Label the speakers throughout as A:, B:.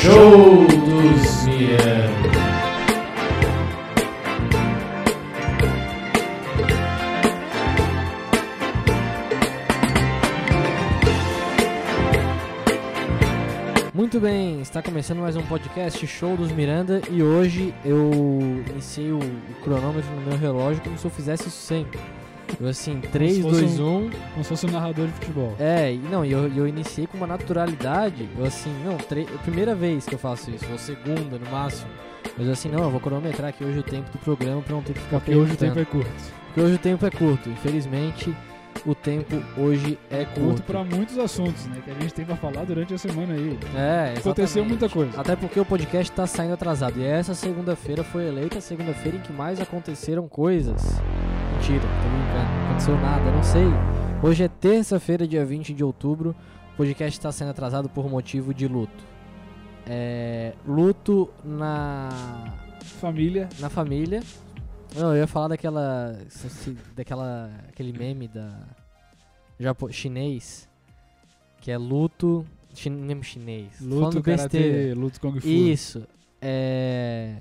A: Show dos Mianos. Muito bem, está começando mais um podcast Show dos Miranda e hoje eu iniciei o, o cronômetro no meu relógio como se eu fizesse isso sempre. Eu assim, 3,
B: fosse
A: 2, 1.
B: Como se fosse um narrador de futebol.
A: É, e não, e eu, e eu iniciei com uma naturalidade. Eu assim, não, tre- é a primeira vez que eu faço isso, ou segunda no máximo. Mas eu assim, não, eu vou cronometrar aqui hoje o tempo do programa pra não ter que ficar
B: Porque hoje o
A: perguntando.
B: tempo é curto.
A: Porque hoje o tempo é curto, infelizmente o tempo hoje é curto.
B: Curto pra muitos assuntos, né? Que a gente tem pra falar durante a semana aí.
A: É, exatamente.
B: Aconteceu muita coisa.
A: Até porque o podcast tá saindo atrasado. E essa segunda-feira foi eleita a segunda-feira em que mais aconteceram coisas. Mentira, tô brincando. Não aconteceu nada, não sei. Hoje é terça-feira, dia 20 de outubro. O podcast tá sendo atrasado por motivo de luto. É, luto na,
B: Família.
A: na família. Não, eu ia falar daquela. daquela. aquele meme da. Japo, chinês. Que é luto. Chin, meme chinês.
B: Luto,
A: Falando besteira.
B: karatê, luto kung fu.
A: Isso. É.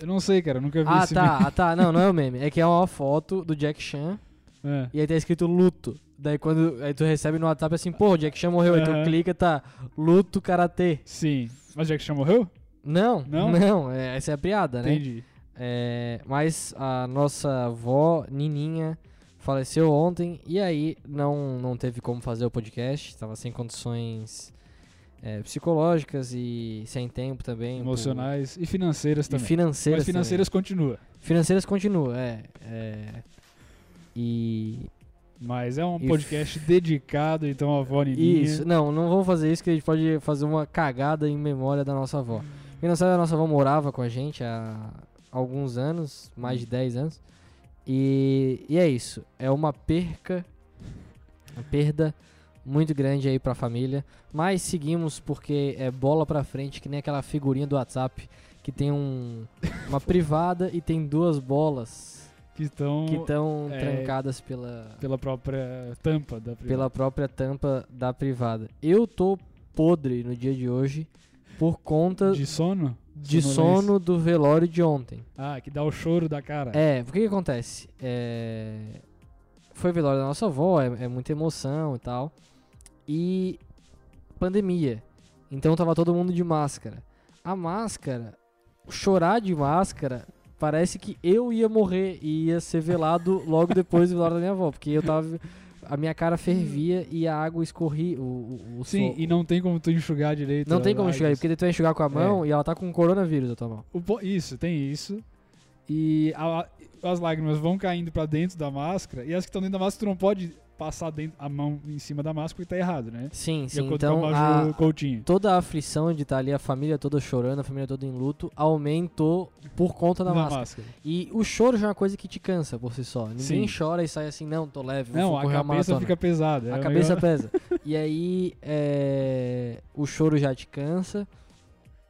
B: Eu não sei, cara, eu nunca vi
A: Ah,
B: esse
A: tá, ah, tá. Não, não é o meme. É que é uma foto do Jack Chan
B: meme. É.
A: e aí tá escrito luto. Daí quando aí tu recebe no WhatsApp assim, pô, o Jack Chan morreu. Aí tu
B: Aham.
A: clica, tá, luto karatê.
B: Sim. Mas Jack Chan
A: Né?
B: morreu?
A: Não, não,
B: Não?
A: é- essa é a piada, né?
B: Entendi.
A: É, mas a nossa avó, Nininha, faleceu ontem e aí não, não teve como fazer o podcast. Tava sem condições é, psicológicas e sem tempo também. por-
B: Emocionais e financeiras
A: E
B: também.
A: financeiras.
B: Mas financeiras continua.
A: Financeiras continua, é. é. e.
B: Mas é um
A: E-
B: podcast dedicado, então, à avó Nininha.
A: Isso, não, não vamos fazer isso, que a gente pode fazer uma cagada em memória da nossa avó. Quem não sabe, a nossa avó morava com a gente há alguns anos, mais de 10 anos. E, e é isso, é uma perca, uma perda muito grande aí pra família. Mas seguimos porque é bola pra frente, que nem aquela figurinha do WhatsApp que tem um, uma privada e tem duas bolas
B: Que estão
A: que tá- estão
B: é,
A: trancadas pela,
B: pela própria tampa da privada.
A: pela própria tampa da privada. Eu tô podre no dia de hoje por conta de,
B: De sono? é Sonolência.
A: sono do velório de ontem.
B: Ah, que dá o choro da cara.
A: É, porque que acontece? É, Foi velório da nossa avó, é, é muita emoção e tal. E pandemia. Então tava todo mundo de máscara. A máscara, chorar de máscara, parece que eu ia morrer e ia ser velado logo depois do velório da minha avó. Porque eu tava. A minha cara fervia e a água escorria. O, o, o
B: Sim,
A: suor.
B: e não tem como tu enxugar direito.
A: Não tem
B: a-
A: como
B: a-
A: enxugar, porque tu vai enxugar
B: É.
A: com a mão e ela tá com coronavírus, eu tô mal.
B: O po- Isso, tem isso. E a- as lágrimas vão caindo pra dentro da máscara, e as que estão dentro da máscara tu não pode passar dentro- a mão em cima da máscara e tá errado, né?
A: Sim,
B: De
A: sim.
B: acordo
A: Então,
B: com a
A: a,
B: Maju Coutinho.
A: toda a aflição de estar ali a família toda chorando, a família toda em luto, aumentou por conta da
B: Na
A: máscara.
B: máscara.
A: E o choro já é uma coisa que te cansa por si só.
B: Sim.
A: Ninguém chora e sai assim, não, tô leve, vou
B: Não, a
A: correr uma
B: cabeça
A: maratona.
B: fica pesada. é
A: A
B: um
A: cabeça
B: negócio-
A: pesa. E aí, é, o choro já te cansa.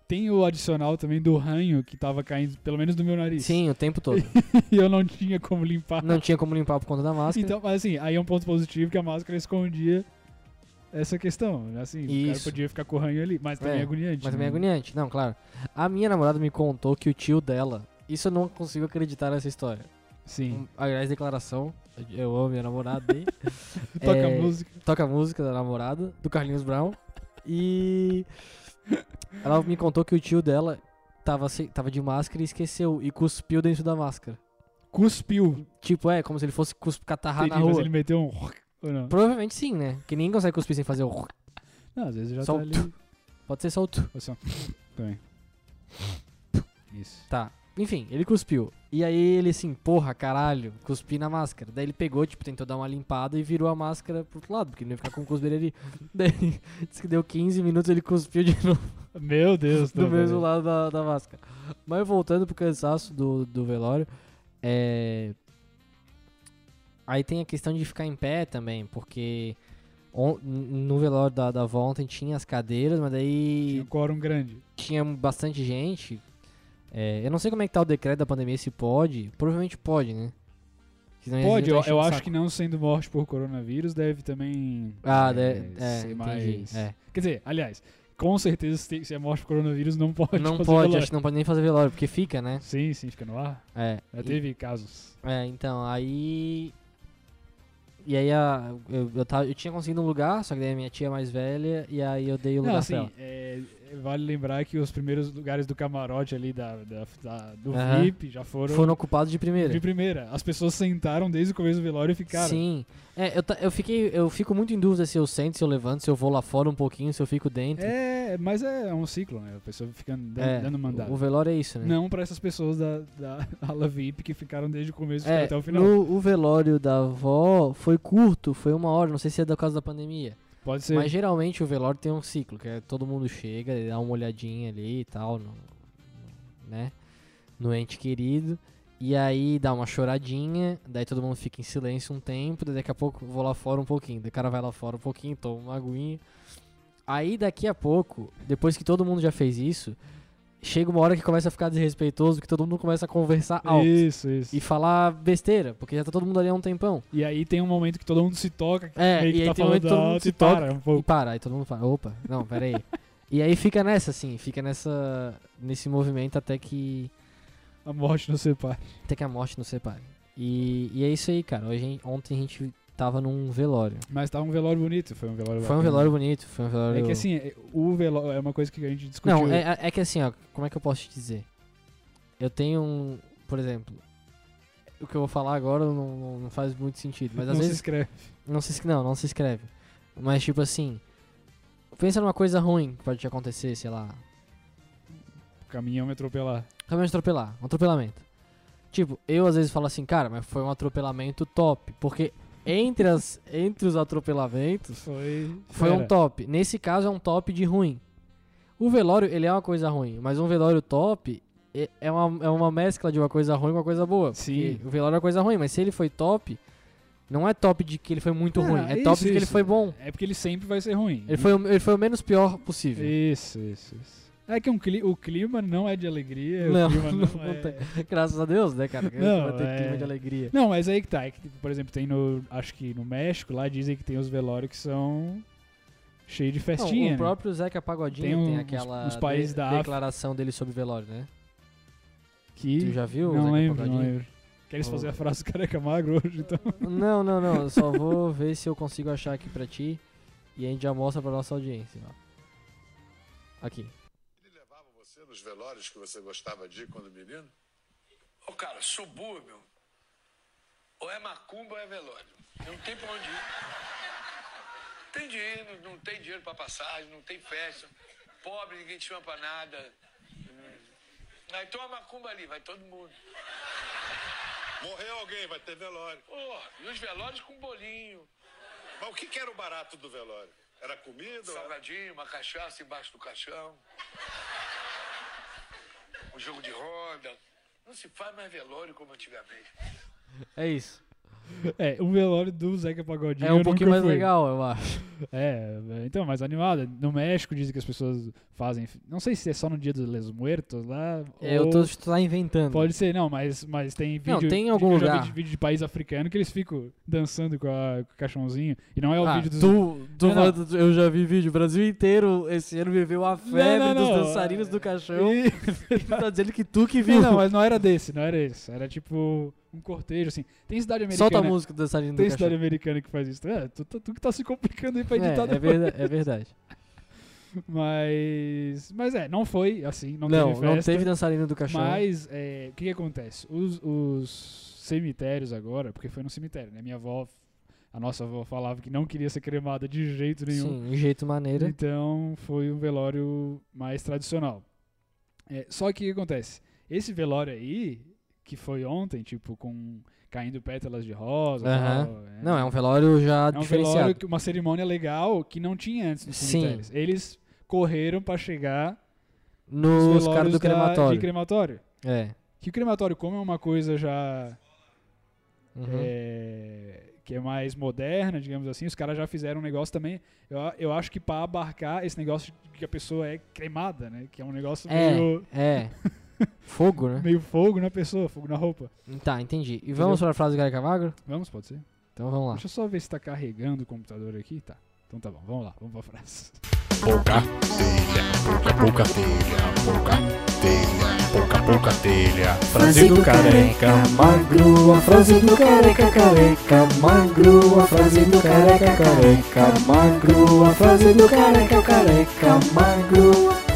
B: Tem o adicional também do ranho que tava caindo, pelo menos do meu nariz.
A: Sim, o tempo todo.
B: E eu não tinha como limpar.
A: Não tinha como limpar por conta da máscara.
B: Então, mas assim, aí é um ponto positivo que a máscara escondia essa questão. né? Assim, o cara
A: Isso.
B: podia ficar com o ranho ali, mas também
A: É,
B: é, agoniante.
A: Mas também é
B: né?
A: agoniante. Não, claro. A minha namorada me contou que o tio dela. Isso eu não consigo acreditar nessa história.
B: Sim.
A: Um, aliás, declaração. Eu amo minha namorada. hein?
B: Toca
A: É,
B: música.
A: Toca a música da namorada, do Carlinhos Brown. E. Ela me contou que o tio dela tava, sem- tava de máscara e esqueceu. E cuspiu dentro da máscara.
B: Cuspiu.
A: Tipo, é, como se ele fosse cusp catarrar tá na
B: Entendi, mas
A: rua.
B: ele meteu um. Ou não?
A: Provavelmente sim, né? Que ninguém consegue cuspir sem fazer o.
B: Não, às vezes já
A: Só
B: tá
A: um
B: ali.
A: Pode ser só o tu.
B: Ou só- um Também. Isso.
A: Tá. Enfim, ele cuspiu. E aí ele assim, porra, caralho, cuspi na máscara. Daí ele pegou, tipo, tentou dar uma limpada e virou a máscara pro outro lado, porque ele não ia ficar com cuspeira ali. Daí disse que deu 15 minutos ele cuspiu de novo
B: Meu Deus,
A: do
B: não, é velho.
A: mesmo lado da, da máscara. Mas voltando pro cansaço do, do velório, é. Aí tem a questão de ficar em pé também, porque on- no velório da, da avó ontem tinha as cadeiras, mas daí
B: Tinha um quórum grande.
A: tinha bastante gente. É, eu não sei como é que tá o decreto da pandemia, se pode. Provavelmente pode, né? Senão eles
B: Pode,
A: iam
B: eu,
A: estar
B: eu
A: enchendo o
B: acho
A: um saco.
B: que não sendo morte por coronavírus, deve também.
A: Ah,
B: é,
A: é, é,
B: ser
A: entendi.
B: mais-
A: É.
B: Quer dizer, aliás, com certeza se, tem- se é morte por coronavírus, não pode.
A: Não
B: fazer
A: pode,
B: velório.
A: acho que não pode nem fazer velório, porque fica, né?
B: Sim, sim, fica no ar.
A: É.
B: Já
A: e-
B: teve casos.
A: É, então, aí. E aí a, eu, eu, tava, eu tinha conseguido um lugar, só que daí a minha tia é mais velha, e aí eu dei o
B: Não,
A: lugar pra
B: assim,
A: ela.
B: é, vale lembrar que os primeiros lugares do camarote ali da, da- da- do
A: Aham.
B: VIP já foram,
A: Foram ocupados de primeira.
B: de primeira. As pessoas sentaram desde o começo do velório e ficaram.
A: Sim. É, eu, ta- eu, fiquei, eu fico muito em dúvida se eu sento, se eu levanto, se eu vou lá fora um pouquinho, se eu fico dentro.
B: É, mas é um ciclo, né? A pessoa fica dando,
A: É,
B: dando mandado.
A: O velório é isso, né?
B: Não pra essas pessoas da, da ala VIP que ficaram desde o começo
A: É,
B: até o final.
A: No, o velório da avó foi curto, foi uma hora, não sei se é da causa da pandemia.
B: Pode ser.
A: Mas geralmente o velório tem um ciclo, que é todo mundo chega, dá uma olhadinha ali e tal, no, né? No ente querido. E aí dá uma choradinha, daí todo mundo fica em silêncio um tempo, daí daqui a pouco eu vou lá fora um pouquinho, daí o cara vai lá fora um pouquinho, toma uma aguinha. Aí daqui a pouco, depois que todo mundo já fez isso, chega uma hora que começa a ficar desrespeitoso, que todo mundo começa a conversar alto
B: Isso, isso.
A: e falar besteira, porque já tá todo mundo ali há um tempão.
B: E aí tem um momento que todo mundo se toca, que
A: É,
B: meio que
A: e aí
B: tá
A: tem um momento
B: falando
A: que todo mundo
B: alto
A: se
B: e
A: toca
B: para um
A: e
B: pouco.
A: para, aí todo mundo fala, opa, não, peraí. e aí fica nessa, assim, fica nessa. nesse movimento até que.
B: A morte não separa.
A: até que a morte nos separe. E, e é isso aí, cara. Hoje, a gente- ontem a gente tava num velório.
B: Mas tá um velório bonito, foi um velório
A: Foi um
B: bacana.
A: velório bonito, foi um velório.
B: É que assim, é- o velório é uma coisa que a gente discutiu.
A: Não, é, é que assim, ó, como é que eu posso te dizer? Eu tenho um. Por exemplo, o que eu vou falar agora não, não- não faz muito sentido, mas
B: não
A: às
B: se
A: vezes.
B: escreve.
A: Não se, es- não, não se escreve. Mas, tipo assim, pensa numa coisa ruim que pode te acontecer, sei lá.
B: O caminhão me atropelar.
A: Acabei de atropelar, um atropelamento. Tipo, eu às vezes falo assim, cara, mas foi um atropelamento top. Porque entre, as, entre os atropelamentos,
B: Foi.
A: foi um
B: Fera.
A: top. Nesse caso, é um top de ruim. O velório, ele é uma coisa ruim, mas um velório top é- é uma, é uma mescla de uma coisa ruim com uma coisa boa.
B: Sim.
A: Porque O velório é uma coisa ruim, mas se ele foi top, não é top de que ele foi muito
B: Ah,
A: ruim, é
B: isso,
A: top de que ele
B: isso.
A: foi bom.
B: É porque ele sempre vai ser ruim.
A: Ele foi, o, ele foi o menos pior possível.
B: Isso, isso, isso. É que um cli- o clima não é de alegria. o
A: Não,
B: clima
A: não,
B: não é-
A: tem. Graças a Deus, né, cara? Que
B: Não,
A: vai ter
B: é-
A: clima de alegria.
B: Não, mas aí que tá. É que, tipo, por exemplo, tem no. Acho que no México, lá dizem que tem os velórios que são cheios de
A: Não,
B: festinha.
A: o
B: né?
A: próprio Zeca Pagodinho
B: Tem um-
A: tem,
B: uns-
A: aquela
B: uns países
A: de-
B: da África.
A: declaração dele sobre velório, né?
B: que
A: Tu já viu? o
B: não
A: Zeca
B: lembro, não
A: Pagodinho?
B: lembro. Queres
A: Oh.
B: fazer a frase do careca magro hoje, então.
A: Não, não, não. Eu só vou ver se eu consigo achar aqui pra ti. E a gente já mostra pra nossa audiência. ó. Aqui.
C: Ele levava você nos velórios que você gostava de ir quando menino?
D: Ô, cara, subúrbio ou é macumba ou é velório. Não tem pra onde ir. Não Tem dinheiro, não tem dinheiro pra passagem, não tem festa. Pobre, ninguém te chama pra nada. Hum. Aí toma macumba ali, vai todo mundo.
C: Morreu alguém, vai ter velório.
D: Porra, e os velórios com bolinho,
C: Mas o que, que era o barato do velório? Era comida? ou era-
D: salgadinho, uma cachaça embaixo do caixão. Um jogo de roda. Não se faz mais velório como antigamente.
A: É isso.
B: É, o velório do Zeca Pagodinho.
A: É
B: eu
A: um
B: nunca
A: pouquinho mais
B: fui.
A: legal, eu acho.
B: É, então, mais animada. No México dizem que as pessoas fazem. Não sei se é só no dia dos Les Muertos lá.
A: É, Eu
B: ou-
A: tô tá inventando.
B: Pode ser, não, mas, mas tem vídeo.
A: Não, tem em algum
B: eu já vi
A: lugar.
B: de- vídeo de país africano que eles ficam dançando com, a- com o caixãozinho. E não é o
A: Ah,
B: vídeo dos.
A: tu, tu
B: Não, não.
A: falando- eu já vi vídeo. O Brasil inteiro esse ano viveu a febre
B: não, não.
A: dos dançarinos do caixão.
B: E-
A: E tu tá dizendo que tu que viu.
B: Não, mas não era desse, não era esse. Era tipo um cortejo, assim. Tem cidade americana.
A: Solta a música do dançarino do
B: Tem
A: caixão.
B: cidade americana que faz isso. É, tu, tu- tu que tá se complicando aí pra editar
A: É, é,
B: depois.
A: verdade, é verdade.
B: Mas. Mas é, não foi assim, não,
A: Não,
B: teve
A: não
B: festa.
A: teve dançarino do caixão.
B: Mas é, o que, que acontece? Os, os cemitérios agora, porque foi no cemitério, né? Minha avó, a nossa avó falava que não queria ser cremada de jeito nenhum.
A: Sim, de jeito maneiro.
B: Então foi um velório mais tradicional. É, só que o que acontece? Esse velório aí, que foi ontem, tipo, com caindo pétalas de rosa.
A: Aham.
B: tal, é.
A: Não, é um velório já
B: É um
A: diferenciado.
B: velório, que- uma cerimônia legal que não tinha antes nos
A: Sim.
B: cemitérios. Eles correram pra chegar nos
A: Nos caras
B: velórios
A: do
B: da-
A: crematório.
B: de crematório.
A: É.
B: Que o crematório, como é uma coisa já
A: Uhum.
B: é, que é mais moderna, digamos assim. Os caras já fizeram um negócio também. Eu, a- eu acho que para abarcar esse negócio de que a pessoa é cremada, né? Que é um negócio meio,
A: É, é. Fogo, né?
B: meio fogo na pessoa, fogo na roupa.
A: Tá, entendi. E vamos para a frase do Gary Cavagro?
B: Vamos, pode ser?
A: Então vamos lá.
B: Deixa eu só ver se tá carregando o computador aqui. Tá. Então tá bom, vamos lá, vamos pra frase.
E: pouca telha, pouca, pouca telha, pouca telha, pouca, pouca telha. Frase do careca, magro, a frase do careca, careca, magro, a frase do careca, careca, magro, a frase do careca, careca, magro.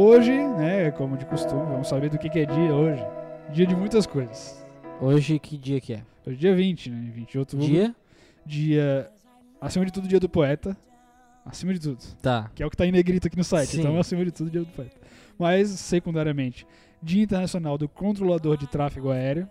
B: Hoje, né, como de costume, vamos saber do que, que é dia hoje. Dia de muitas coisas.
A: Hoje, que dia que é?
B: Hoje é dia 20, né? 20 de outubro.
A: Dia?
B: Dia. Acima de tudo, dia do poeta. Acima de tudo.
A: Tá.
B: Que é o que tá em negrito aqui no site.
A: Sim.
B: Então, acima de tudo, dia do poeta. Mas, secundariamente, Dia Internacional do Controlador de Tráfego Aéreo,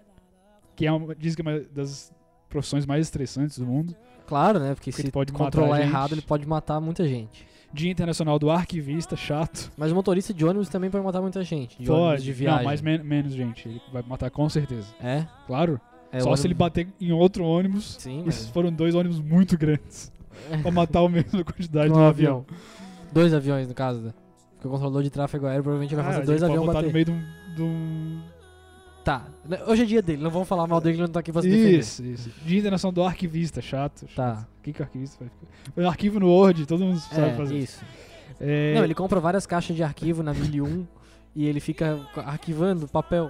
B: que é uma, diz que é uma das profissões mais estressantes do mundo.
A: Claro, né? Porque,
B: Porque
A: se
B: ele pode matar
A: controlar
B: gente.
A: errado, ele pode matar muita gente.
B: Dia Internacional do Arquivista, chato.
A: Mas o motorista de ônibus também pode matar muita gente. De ônibus
B: Pode.
A: de viagem.
B: Não, mas men- menos gente. Ele vai matar com certeza.
A: É?
B: Claro.
A: É,
B: Só
A: o
B: se ele
A: ônibus-
B: bater em outro ônibus.
A: Sim,
B: Esses
A: mas...
B: foram dois ônibus muito grandes. pra matar a mesma quantidade
A: com
B: de
A: um
B: avião.
A: avião. Dois aviões, no caso. né? Porque o controlador de tráfego aéreo provavelmente vai
B: Ah,
A: fazer
B: ele
A: dois
B: pode
A: aviões
B: botar no
A: bater.
B: meio de um. de um-
A: Tá. né, Hoje é dia dele, não vamos falar mal dele que ele não tá aqui pra se defender.
B: Isso, isso. Dia Internacional do Arquivista, chato.
A: Tá.
B: O que, que o arquivista faz? O um arquivo no Word, todo mundo sabe
A: É,
B: fazer.
A: isso.
B: É,
A: Não, ele compra várias caixas de arquivo na Milium e ele fica arquivando papel.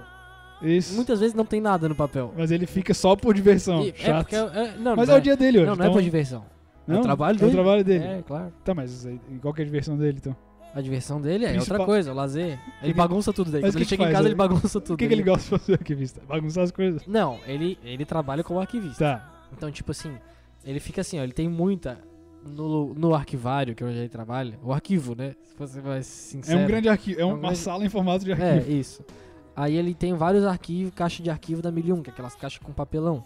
B: Isso.
A: Muitas vezes não tem nada no papel.
B: Mas ele fica só por diversão.
A: E- é
B: chato.
A: porque. é- não,
B: Mas
A: não
B: é o dia dele hoje.
A: Não, não é
B: então-
A: por diversão.
B: Não?
A: o trabalho
B: É o
A: dele.
B: trabalho dele.
A: É, claro.
B: Tá, mas aí, qual que é a diversão dele, então?
A: A diversão dele é
B: Principal-
A: outra coisa, o lazer. Ele
B: que-
A: bagunça tudo daí.
B: Mas o
A: Quando
B: que
A: ele
B: que
A: chega em
B: faz,
A: casa,
B: né?
A: ele bagunça tudo.
B: O que, que ele gosta de fazer, arquivista? Bagunçar as coisas?
A: Não, ele, ele trabalha como arquivista.
B: Tá.
A: Então, tipo assim, ele fica assim, ó, ele tem muita. No, no arquivário, que é onde ele trabalha, o arquivo, né? Se você vai
B: É
A: sincero.
B: um grande arquivo. É,
A: um
B: uma
A: grande-
B: sala em formato de
A: É,
B: arquivo.
A: isso. Aí ele tem vários arquivos, caixa de arquivo da Milium, que é aquelas caixas com papelão.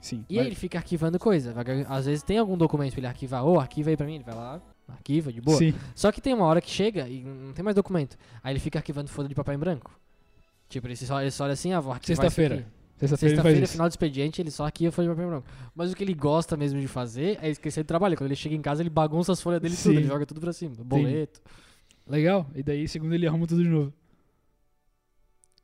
B: Sim.
A: E
B: mas-
A: aí ele fica arquivando coisa. Vai gar- Às vezes tem algum documento pra ele arquivar. Ô, arquiva aí pra mim. Ele vai lá, arquiva, de boa.
B: Sim.
A: Só que tem uma hora que chega e não tem mais documento. Aí ele fica arquivando folha de papel em branco. Tipo, ele só, ele só olha assim, ah, vou arquivar isso
B: Sexta-feira.
A: aqui.
B: Sexta-feira ele faz
A: Sexta-feira,
B: isso.
A: final do expediente, ele só arquiva folha de papel em branco. Mas o que ele gosta mesmo de fazer é esquecer do trabalho. Quando ele chega em casa, ele bagunça as folhas dele
B: Sim.
A: tudo. Ele joga tudo pra cima. Boleto.
B: Legal. E daí, segundo ele, arruma tudo de novo.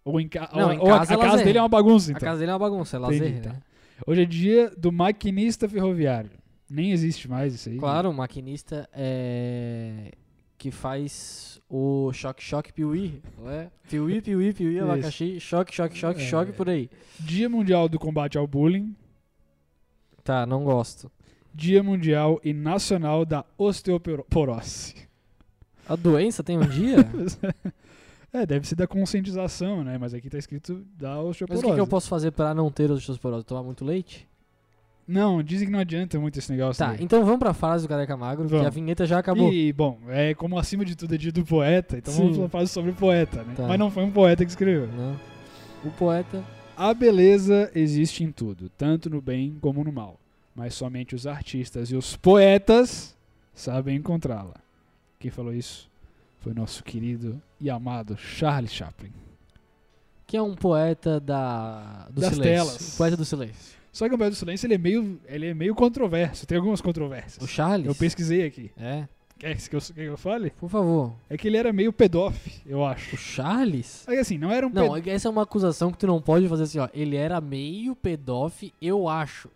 B: Ou, em ca...
A: Não,
B: ou,
A: em
B: ou a- a,
A: casa é
B: casa
A: lazer.
B: dele é uma bagunça,
A: A
B: então.
A: casa dele é uma bagunça, é lazer,
B: Entendi, tá.
A: né?
B: Hoje é dia do maquinista ferroviário. Nem existe mais isso aí.
A: Claro, o maquinista é... Que faz o choque, choque, piuí, não é? Piuí, piuí, piuí,
B: Isso.
A: abacaxi, choque, choque, choque,
B: É.
A: choque, por aí.
B: Dia Mundial do Combate ao Bullying.
A: Tá, não gosto.
B: Dia Mundial e Nacional da Osteoporose.
A: A doença tem um dia?
B: é, deve ser da conscientização, né? Mas aqui tá escrito da
A: Mas o
B: osteoporose.
A: que, que eu posso fazer pra não ter osteoporose? Tomar muito leite?
B: Não, dizem que não adianta muito esse negócio.
A: Tá,
B: aí.
A: então vamos pra frase do Careca Magro, que
B: Vamos.
A: a vinheta já acabou.
B: E, bom, é como acima de tudo é dia do poeta, então
A: Sim.
B: vamos falar quase sobre o poeta, né?
A: Tá.
B: Mas não foi um poeta que escreveu.
A: Né? O poeta...
B: A beleza existe em tudo, tanto no bem como no mal. Mas somente os artistas e os poetas sabem encontrá-la. Quem falou isso foi nosso querido e amado Charles Chaplin.
A: Que é um poeta da... Do
B: Das
A: silêncio. Um
B: telas.
A: Poeta do silêncio.
B: Só que o Belo do Silêncio ele é, meio, ele é meio controverso, tem algumas
A: O
B: controvérsias.
A: Charles?
B: Eu pesquisei aqui.
A: É?
B: Quer que eu, quer que eu fale?
A: Por favor.
B: É que ele era meio pedófilo, eu
A: O
B: acho.
A: Charles?
B: Aí assim, não era um
A: Não,
B: pedófilo.
A: essa é uma acusação que tu não pode fazer assim, ó. Ele era meio pedófilo, eu acho.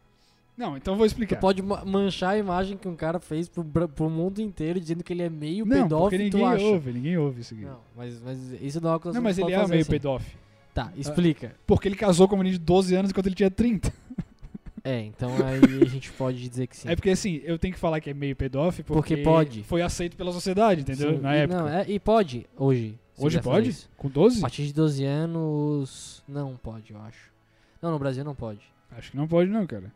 B: Não, então eu vou
A: Tu
B: explicar.
A: pode ma- manchar a imagem que um cara fez pro, bra- pro mundo inteiro dizendo que ele é meio
B: Não, porque
A: pedófilo,
B: ninguém
A: tu acha.
B: ouve, ninguém ouve isso aqui. Não,
A: Não, mas, mas isso não é uma acusação
B: mas
A: que tu
B: ele
A: pode
B: era
A: fazer
B: meio Ah.
A: assim.
B: pedófilo.
A: Tá, explica.
B: Porque ele casou com uma menina de 12 anos enquanto ele tinha 30.
A: É, então aí a gente pode dizer que sim.
B: É porque assim, eu tenho que falar que é meio pedófilo porque,
A: Porque pode.
B: foi aceito pela sociedade, entendeu?
A: Sim.
B: Na
A: e,
B: época.
A: Não, é- e pode, hoje. se
B: Hoje
A: quiser fazer
B: pode?
A: isso.
B: Com
A: A
B: 12?
A: partir de 12 anos, não pode, eu acho. Não, no Brasil não pode.
B: Acho que não pode não, cara.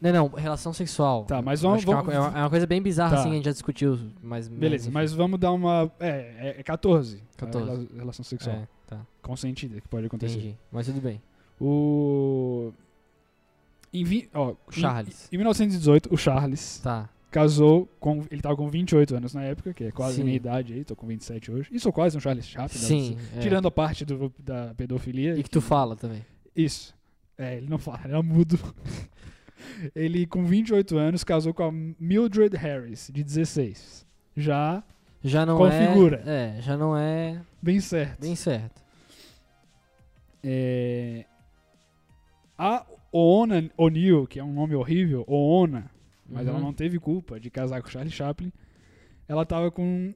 A: Não, não, relação sexual.
B: Tá, mas
A: Eu
B: vamos,
A: acho que é uma
B: vamos-
A: co- é, uma, é uma coisa bem bizarra,
B: Tá.
A: assim, a gente já discutiu, mas...
B: Beleza, mas vamos dar uma é, é, é 14. a
A: 14.
B: rela- relação sexual
A: É, tá.
B: consentida que pode acontecer.
A: Entendi. Mas tudo bem.
B: O em vi- ó, em-
A: Charles.
B: Em, 1918, o Charles
A: Tá.
B: casou com ele tava com 28 anos na época, que é quase
A: Sim.
B: a minha idade aí, tô com 27 hoje. Isso quase um Charles Chaplin. né?
A: Sim. é.
B: Tirando a parte do- da pedofilia
A: E que tu fala também.
B: Isso. É, ele não fala, ele é mudo. ele, com 28 anos, casou com a Mildred Harris, de 16. Já
A: Já não
B: Configura.
A: é. É, já não é
B: bem certo.
A: bem certo.
B: É, A Oona O'Neill, que é um nome horrível, Oona, mas
A: Uhum.
B: ela não teve culpa de casar com Charlie Chaplin. Ela tava com.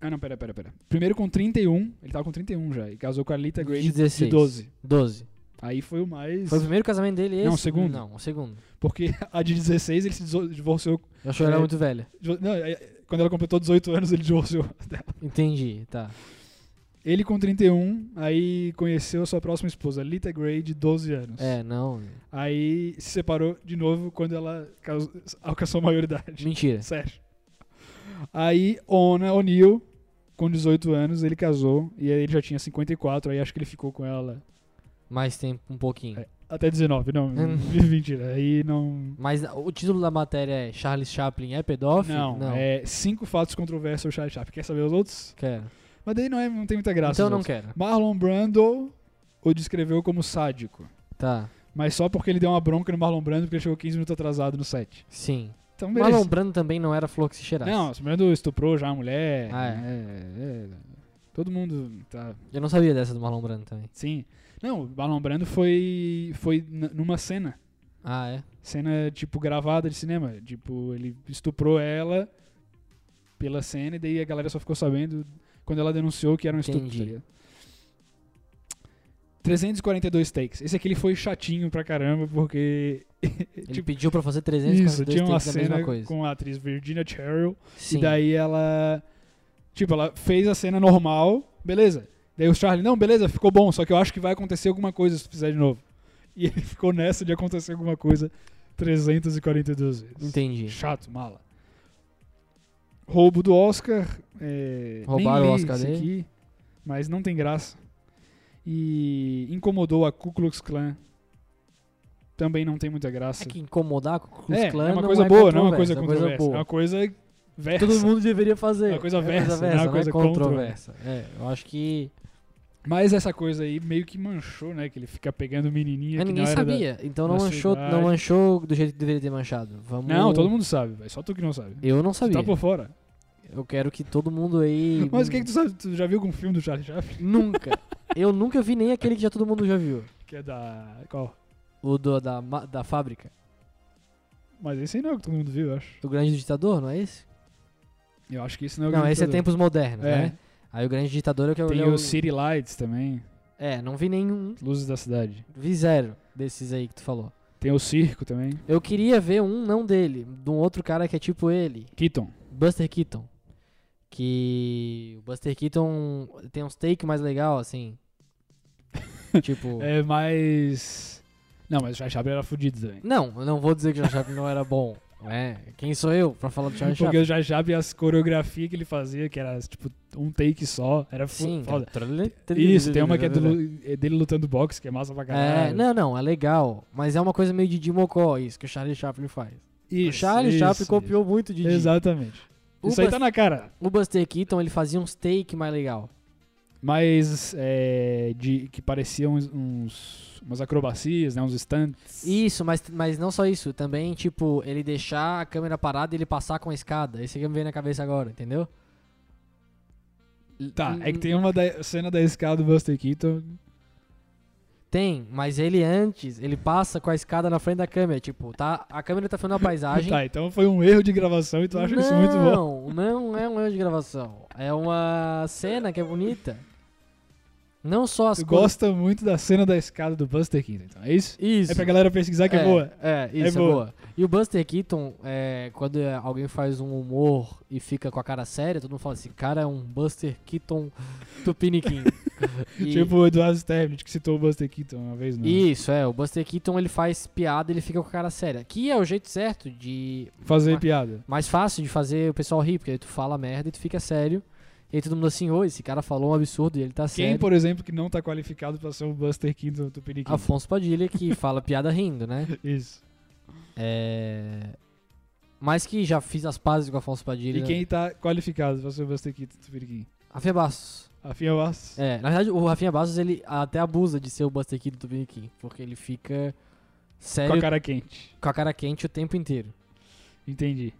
B: Ah, não, pera, pera, pera. Primeiro com 31, ele tava com 31 já, e casou com a Lita Grey de,
A: 16.
B: 12.
A: 12.
B: Aí foi o mais.
A: Foi o primeiro casamento dele esse?
B: Não, o segundo.
A: Não, o segundo.
B: Porque a de 16 ele se diso- divorciou.
A: Eu acho que
B: É.
A: ela era muito velha.
B: divor- Não, é- é- quando ela completou 18 anos, ele divorciou dela.
A: Entendi, tá.
B: Ele com 31, aí conheceu a sua próxima esposa, Lita Grey, de 12 anos.
A: É, não.
B: Aí se separou de novo quando ela caus- alcançou a maioridade.
A: Mentira.
B: Sério. Aí Ona O'Neill, com 18 anos, ele casou e aí ele já tinha 54, aí acho que ele ficou com ela
A: Mais tempo, um pouquinho.
B: é, até 19, não,
A: Hum.
B: mentira. Aí não
A: Mas o título da matéria é Charles Chaplin é pedófilo?
B: não, é cinco fatos controversos sobre Charlie Chaplin. Quer saber os outros?
A: Quero.
B: Mas daí não, é, não tem muita graça.
A: então
B: os
A: não
B: outros.
A: quero.
B: Marlon Brando o descreveu como sádico,
A: Tá.
B: mas só porque ele deu uma bronca no Marlon Brando porque ele chegou 15 minutos atrasado no set.
A: Sim.
B: Então,
A: Mas
B: beleza.
A: Marlon Brando também não era flor que se cheirasse.
B: Não, o Brando estuprou já a mulher.
A: Ah, é.
B: né, é, é. todo mundo tá.
A: Eu não sabia dessa do Marlon Brando também.
B: Sim. Não, o Marlon Brando foi, foi n- numa cena.
A: Ah, é?
B: Cena, tipo, gravada de cinema. Tipo, ele estuprou ela pela cena e daí a galera só ficou sabendo quando ela denunciou que era um estupro.
A: Entendi.
B: tá ligado? 342 takes. Esse aqui ele foi chatinho pra caramba porque.
A: Ele
B: tipo,
A: pediu pra fazer 342
B: isso, tinha uma
A: takes da
B: cena
A: mesma coisa.
B: com a atriz Virginia Cheryl.
A: Sim.
B: E daí ela. Tipo, ela fez a cena normal, beleza. Daí o Charlie, não, beleza, ficou bom, só que eu acho que vai acontecer alguma coisa se tu fizer de novo. E ele ficou nessa de acontecer alguma coisa 342 vezes.
A: Entendi.
B: Chato, mala. Roubo do Oscar. É,
A: Roubaram
B: nem
A: o
B: li
A: Oscar
B: esse
A: dele.
B: aqui, mas não tem graça. E incomodou a Ku Klux Klan. Também não tem muita graça.
A: É que incomodar com o Ku Klux
B: É,
A: Klan
B: é uma
A: não
B: coisa boa, não é uma coisa
A: controversa,
B: controversa. É uma
A: boa.
B: coisa versa.
A: Todo mundo deveria fazer.
B: É uma coisa versa, não é
A: versa,
B: uma
A: não
B: coisa
A: controversa. É, eu acho que.
B: Mas essa coisa aí meio que manchou, né? Que ele fica pegando menininha
A: Mas
B: que
A: ninguém
B: não era da-
A: sabia. Então não
B: da sua
A: manchou,
B: idade.
A: não manchou do jeito que deveria ter manchado. Vamos...
B: Não, todo mundo sabe, velho. Só tu que não sabe.
A: Eu não
B: Tu
A: sabia.
B: tá por fora.
A: Eu quero que todo mundo aí.
B: Mas o que que tu sabe? Tu já viu algum filme do Charlie Chaplin?
A: Nunca. Eu nunca vi nem aquele que já todo mundo já viu.
B: Que é da... Qual?
A: O do, da, ma- da fábrica.
B: Mas esse aí não é o que todo mundo viu, eu acho.
A: O Grande Ditador, não é esse?
B: Eu acho que esse não é o
A: Não,
B: que
A: esse é
B: todo mundo-
A: tempos modernos,
B: É.
A: né? Aí o Grande Ditador é o que eu
B: Tem
A: é o-
B: o City Lights também.
A: É, não vi nenhum.
B: Luzes da Cidade.
A: Vi zero desses aí que tu falou.
B: Tem o Circo também.
A: Eu queria ver um não dele, de um outro cara que é tipo ele,
B: Keaton.
A: Buster Keaton. Que o Buster Keaton tem uns take mais legal, assim. tipo.
B: É mais... Não, mas o Charlie Chaplin era fudido também.
A: Não, eu não vou dizer que o John Chaplin não era bom. né? Quem sou eu pra falar do Charlie
B: Porque é
A: Chaplin?
B: o Charlie Chaplin, as coreografias que ele fazia, que era tipo um take só, era fu-
A: Sim,
B: foda.
A: cara.
B: Isso, tem uma que é, do lu- é dele lutando boxe, que é massa pra caralho.
A: É, não, não, é legal. Mas é uma coisa meio Didi Mocó, isso que o Charlie Chaplin faz. o
B: Isso,
A: Charlie
B: isso,
A: Chaplin
B: isso.
A: copiou muito o Didi.
B: Exatamente.
A: O,
B: isso aí
A: Bus-
B: tá na cara.
A: o Buster Keaton, ele fazia uns take mais legal.
B: Mas é, de, que pareciam uns, uns- umas acrobacias, né? Uns stunts.
A: Isso, mas, mas não só isso. Também, tipo, ele deixar a câmera parada e ele passar com a escada. Esse que me veio na cabeça agora, entendeu?
B: Tá,
A: N-
B: é que tem uma da- cena da escada do Buster Keaton.
A: Tem, mas ele antes, ele passa com a escada na frente da câmera. Tipo, tá, a câmera tá filmando a paisagem.
B: Tá, então foi um erro de gravação e tu acha isso muito bom.
A: Não, não é um erro de gravação. É uma cena que é bonita. Não só as
B: Tu
A: coisas.
B: gosta muito da cena da escada do Buster Keaton, então é isso?
A: Isso.
B: É pra galera pesquisar que é, boa.
A: É, isso, é,
B: boa.
A: boa. E o Buster Keaton, é, quando é, alguém faz um humor e fica com a cara séria, todo mundo fala assim, cara, é um Buster Keaton tupiniquim. E-
B: Tipo o Eduardo Sterblit, que citou o Buster Keaton uma vez, né? não.
A: Isso, é. O Buster Keaton, ele faz piada, ele fica com a cara séria. Que é o jeito certo de...
B: Fazer
A: Mas-
B: piada.
A: Mais fácil de fazer o pessoal rir, porque aí tu fala merda e tu fica sério. E aí todo mundo assim, ô, esse cara falou um absurdo e ele tá
B: Quem,
A: sério.
B: por exemplo, que não tá qualificado pra ser o Buster Keaton do Tupiniquim?
A: Afonso Padilha, que fala piada rindo, né?
B: Isso.
A: É... Mas que já fiz as pazes com Afonso Padilha.
B: E quem tá qualificado pra ser o Buster Keaton do Tupiniquim?
A: Rafinha Bastos.
B: Rafinha Bastos.
A: É, na verdade, o Rafinha Bastos, ele até abusa de ser o Buster Kid do Tupiniquim, porque ele fica sério,
B: Com a cara quente.
A: com a cara quente o tempo inteiro.
B: Entendi.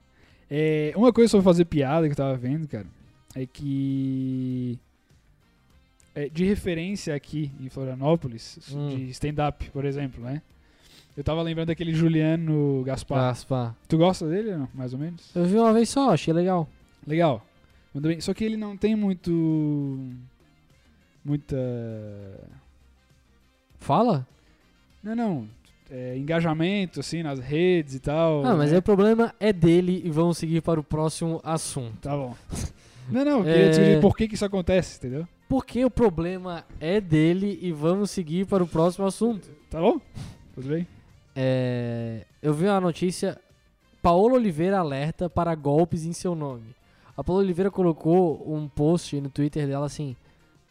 B: É, uma coisa sobre fazer piada que eu tava vendo, cara, é que. é, de referência aqui em Florianópolis,
A: Hum.
B: de stand-up, por exemplo, né? Eu tava lembrando daquele Juliano
A: Ah.
B: Gaspar.
A: Aspa.
B: Tu gosta dele, não? mais ou menos?
A: Eu vi uma vez só, achei legal.
B: Legal. Mandou bem. Só que ele não tem muito. Muita.
A: Fala?
B: Não, não. É, engajamento, assim, nas redes e tal.
A: Ah, mas
B: né?
A: aí o problema é dele e vamos seguir para o próximo assunto.
B: Tá bom. Não, não, eu queria
A: É.
B: discutir por que, que isso acontece, entendeu?
A: Porque o problema é dele e vamos seguir para o próximo assunto.
B: Tá bom? Tudo bem?
A: É, eu vi uma notícia. Paola Oliveira alerta para golpes em seu nome. A Paola Oliveira colocou um post no Twitter dela assim.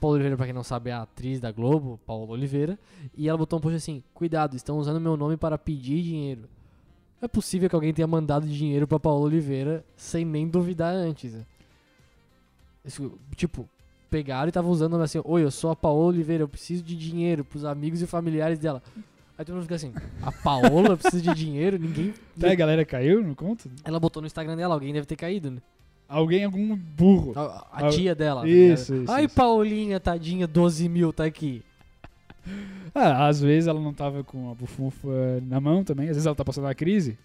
A: Paola Oliveira, pra quem não sabe, é a atriz da Globo, Paola Oliveira. E ela botou um post assim: Cuidado, estão usando meu nome para pedir dinheiro. É possível que alguém tenha mandado dinheiro pra Paola Oliveira sem nem duvidar antes. né? Isso, Tipo, pegaram e estavam usando o nome assim: Oi, eu sou a Paola Oliveira, eu preciso de dinheiro pros amigos e familiares dela. Aí todo mundo fica assim: A Paola precisa de dinheiro? Ninguém.
B: Tá, a galera caiu no conto?
A: Ela botou no Instagram dela, alguém deve ter caído, né?
B: Alguém, algum burro.
A: A, a
B: Ah,
A: tia dela. tá
B: isso,
A: ligado?
B: isso,
A: Ai,
B: isso.
A: Paulinha, tadinha, 12 mil, tá aqui.
B: Ah, às vezes ela não tava com a bufunfa na mão também, às vezes ela tá passando uma crise.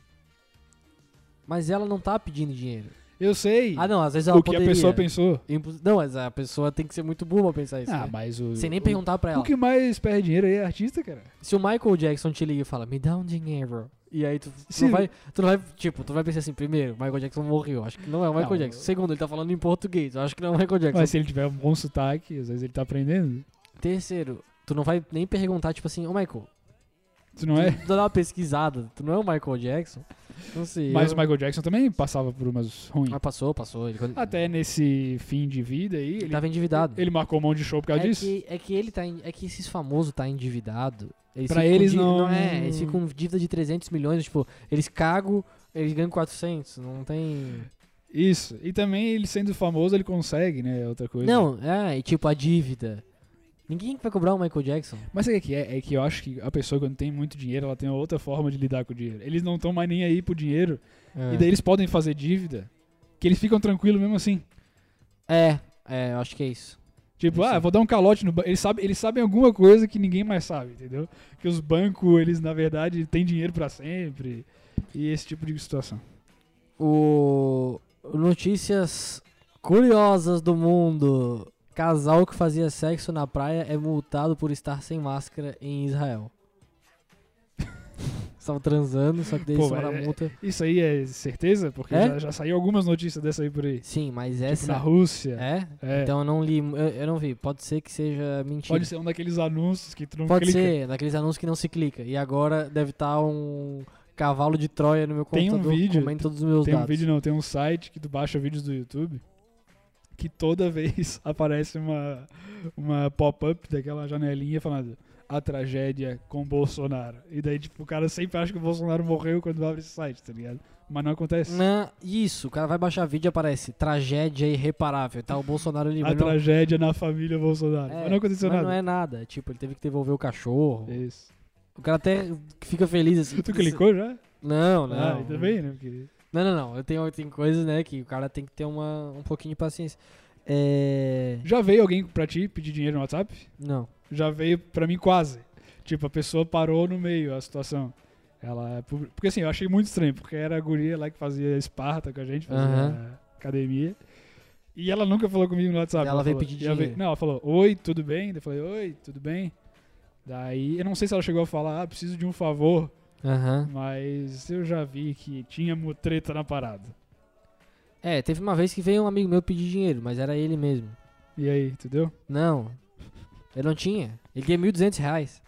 A: Mas ela não tá pedindo dinheiro.
B: Eu sei
A: Ah, não, às vezes ela
B: o que
A: poderia.
B: a pessoa pensou.
A: Impos- Não, mas a pessoa tem que ser muito burra pra pensar isso.
B: Ah,
A: né?
B: mas o.
A: Sem nem
B: o-
A: perguntar pra ela.
B: O que mais perde dinheiro aí é artista, cara.
A: Se o Michael Jackson te liga e fala, me dá um dinheiro. E aí tu, tu
B: Se-
A: não vai. Tu não vai. Tipo, tu vai pensar assim, primeiro, Michael Jackson morreu. Acho que não é o Michael
B: Não,
A: Jackson.
B: eu-
A: Segundo, ele tá falando em português. Eu acho que não é o Michael Jackson.
B: Mas se ele tiver um bom sotaque, às vezes ele tá aprendendo.
A: Terceiro, tu não vai nem perguntar, tipo assim, ô Michael,
B: Tu não é?
A: tu dá uma pesquisada, tu não é o Michael Jackson. Não sei.
B: Mas
A: eu-
B: o Michael Jackson também passava por umas ruins.
A: Ah, passou, passou. Ele,
B: Até nesse fim de vida aí,
A: ele
B: ele,
A: tava endividado.
B: ele marcou um monte de show por causa
A: é
B: disso.
A: que, é que ele tá. em- É que esses famosos tá endividado. Eles
B: Pra
A: ficam
B: eles
A: di-
B: não-
A: é, eles ficam com dívida de 300 milhões, tipo, eles cagam, eles ganham 400, não tem.
B: Isso. E também ele sendo famoso, ele consegue, né? Outra coisa.
A: Não, é, e tipo, a dívida. Ninguém vai cobrar o Michael Jackson.
B: Mas sabe o que é? É que eu acho que a pessoa, quando tem muito dinheiro, ela tem outra forma de lidar com o dinheiro. Eles não estão mais nem aí pro dinheiro.
A: É.
B: E daí eles podem fazer dívida, que eles ficam tranquilos mesmo assim.
A: É, é, eu acho que é isso.
B: Tipo,
A: Isso.
B: ah, vou dar um calote no banco. Eles sabem, eles sabem alguma coisa que ninguém mais sabe, entendeu? Que os bancos, eles, na verdade, têm dinheiro pra sempre. E esse tipo de situação.
A: O. Notícias curiosas do mundo. Casal que fazia sexo na praia é multado por estar sem máscara em Israel. Estavam transando, só que daí
B: Pô,
A: somaram a
B: mas é-
A: multa.
B: Isso aí é certeza? Porque
A: É?
B: já, já saiu algumas notícias dessa aí por aí.
A: Sim, mas
B: Tipo, na
A: essa.
B: Rússia.
A: É?
B: É.
A: Então eu não li, eu, eu não vi. Pode ser que seja mentira.
B: Pode ser um daqueles anúncios que tu não
A: Pode
B: clica.
A: ser, daqueles anúncios que não se clica. E agora deve estar um cavalo de Troia no meu
B: Tem um
A: computador
B: vídeo-
A: comendo todos os meus
B: Tem um
A: dados.
B: vídeo não, tem um site que tu baixa vídeos do YouTube que toda vez aparece uma, uma pop-up daquela janelinha falando a tragédia com Bolsonaro. E daí, tipo, o cara sempre acha que o Bolsonaro morreu quando abre esse site, tá ligado? Mas não acontece.
A: Na- isso, o cara vai baixar vídeo e aparece tragédia irreparável. Tá o Bolsonaro ali.
B: a
A: mas não-
B: tragédia na família Bolsonaro.
A: é,
B: mas não aconteceu
A: mas
B: nada.
A: não é nada. Tipo, ele teve que devolver o cachorro.
B: Isso.
A: O cara até fica feliz assim.
B: Tu clicou já?
A: Não, não.
B: Ah, ainda bem, né? Porque...
A: Não, não, não. Eu tenho, tem coisas, né, que o cara tem que ter uma, um pouquinho de paciência. É.
B: Já veio alguém pra ti pedir dinheiro no WhatsApp?
A: Não.
B: já veio pra mim quase. Tipo, a pessoa parou no meio a situação. Ela pub- porque assim, eu achei muito estranho, porque era a guria lá que fazia esparta com a gente, fazia
A: Aham.
B: academia. E ela nunca falou comigo no WhatsApp.
A: Ela veio
B: falou-
A: pedir
B: e ela
A: dinheiro.
B: Não, ela falou: "Oi, tudo bem?" Daí Eu falei: "Oi, tudo bem?" Daí, eu não sei se ela chegou a falar: "Ah, preciso de um favor",
A: Aham.
B: mas eu já vi que tinha mu- treta na parada.
A: É, teve uma vez que veio um amigo meu pedir dinheiro, mas era ele mesmo.
B: E aí, entendeu?
A: Não. Ele não tinha. Ele tinha 1.200 reais.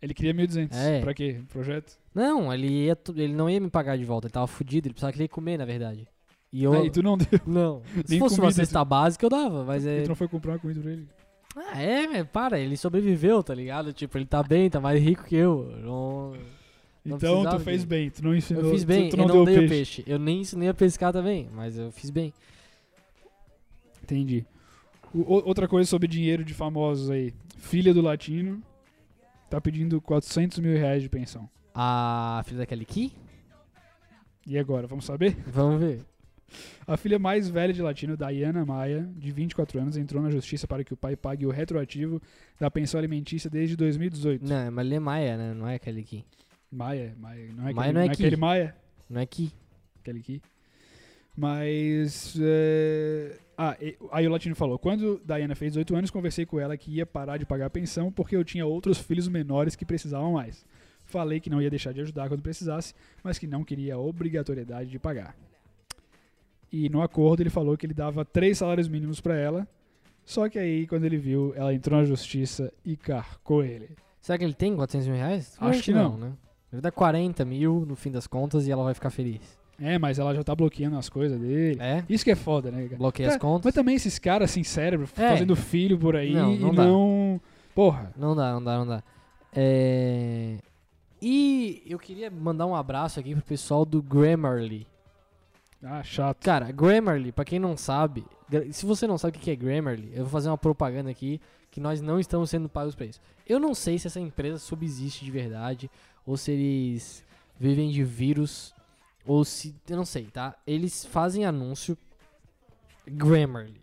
B: Ele queria 1.200.
A: É.
B: Pra quê? Projeto?
A: Não, ele, ia, tu- ele não ia me pagar de volta. Ele tava fudido, ele precisava querer comer, na verdade. E eu.
B: Aí tu não deu.
A: Não. Se
B: Nem
A: fosse uma
B: comida,
A: cesta básica, eu dava, mas é.
B: Tu não foi comprar uma comida pra ele.
A: Ah, é, mas para, ele sobreviveu, tá ligado? Tipo, ele tá bem, tá mais rico que eu. eu não- Não
B: Então tu
A: precisava
B: fez
A: de-
B: bem, tu não ensinou.
A: Eu fiz
B: tu-
A: bem,
B: tu,
A: eu
B: não,
A: não
B: deu
A: dei o peixe. Eu nem ensinei a pescar também, mas eu fiz bem.
B: Entendi. O- o- outra coisa sobre dinheiro de famosos aí. Filha do latino tá pedindo 400 mil reais de pensão.
A: A filha daquele Ki?
B: E agora, vamos saber?
A: Vamos ver.
B: A filha mais velha de latino, Diana Maia, de 24 anos, entrou na justiça para que o pai pague o retroativo da pensão alimentícia desde 2018.
A: Não, mas ele é Maia, né? Não é aquele Ki.
B: Maia, Maia, não é,
A: Maia
B: aquele,
A: não é
B: não é
A: aqui.
B: aquele Maia?
A: Não é Ki.
B: aquele aqui. Mas. é, Ah, e- aí o Latino falou: quando Diana fez 18 anos, conversei com ela que ia parar de pagar a pensão porque eu tinha outros filhos menores que precisavam mais. Falei que não ia deixar de ajudar quando precisasse, mas que não queria a obrigatoriedade de pagar. E no acordo ele falou que ele dava três salários mínimos pra ela. Só que aí, quando ele viu, ela entrou na justiça e carcou ele.
A: Será que ele tem 400 mil reais?
B: Acho que não.
A: né? Ele dá 40 mil no fim das contas e ela vai ficar feliz.
B: É, mas ela já tá bloqueando as coisas dele.
A: É?
B: Isso que é foda, né, cara?
A: Bloqueia
B: Tá,
A: as contas.
B: Mas também esses caras sem cérebro,
A: É.
B: fazendo filho por aí
A: Não,
B: e
A: não dá.
B: não. Porra.
A: Não dá, não dá, não dá. É... E eu queria mandar um abraço aqui pro pessoal do Grammarly.
B: Ah, chato.
A: Cara, Grammarly, pra quem não sabe, gra- se você não sabe o que que é Grammarly, eu vou fazer uma propaganda aqui que nós não estamos sendo pagos pra isso. Eu não sei se essa empresa subsiste de verdade, ou se eles vivem de vírus, ou se. Eu não sei, tá? Eles fazem anúncio Grammarly,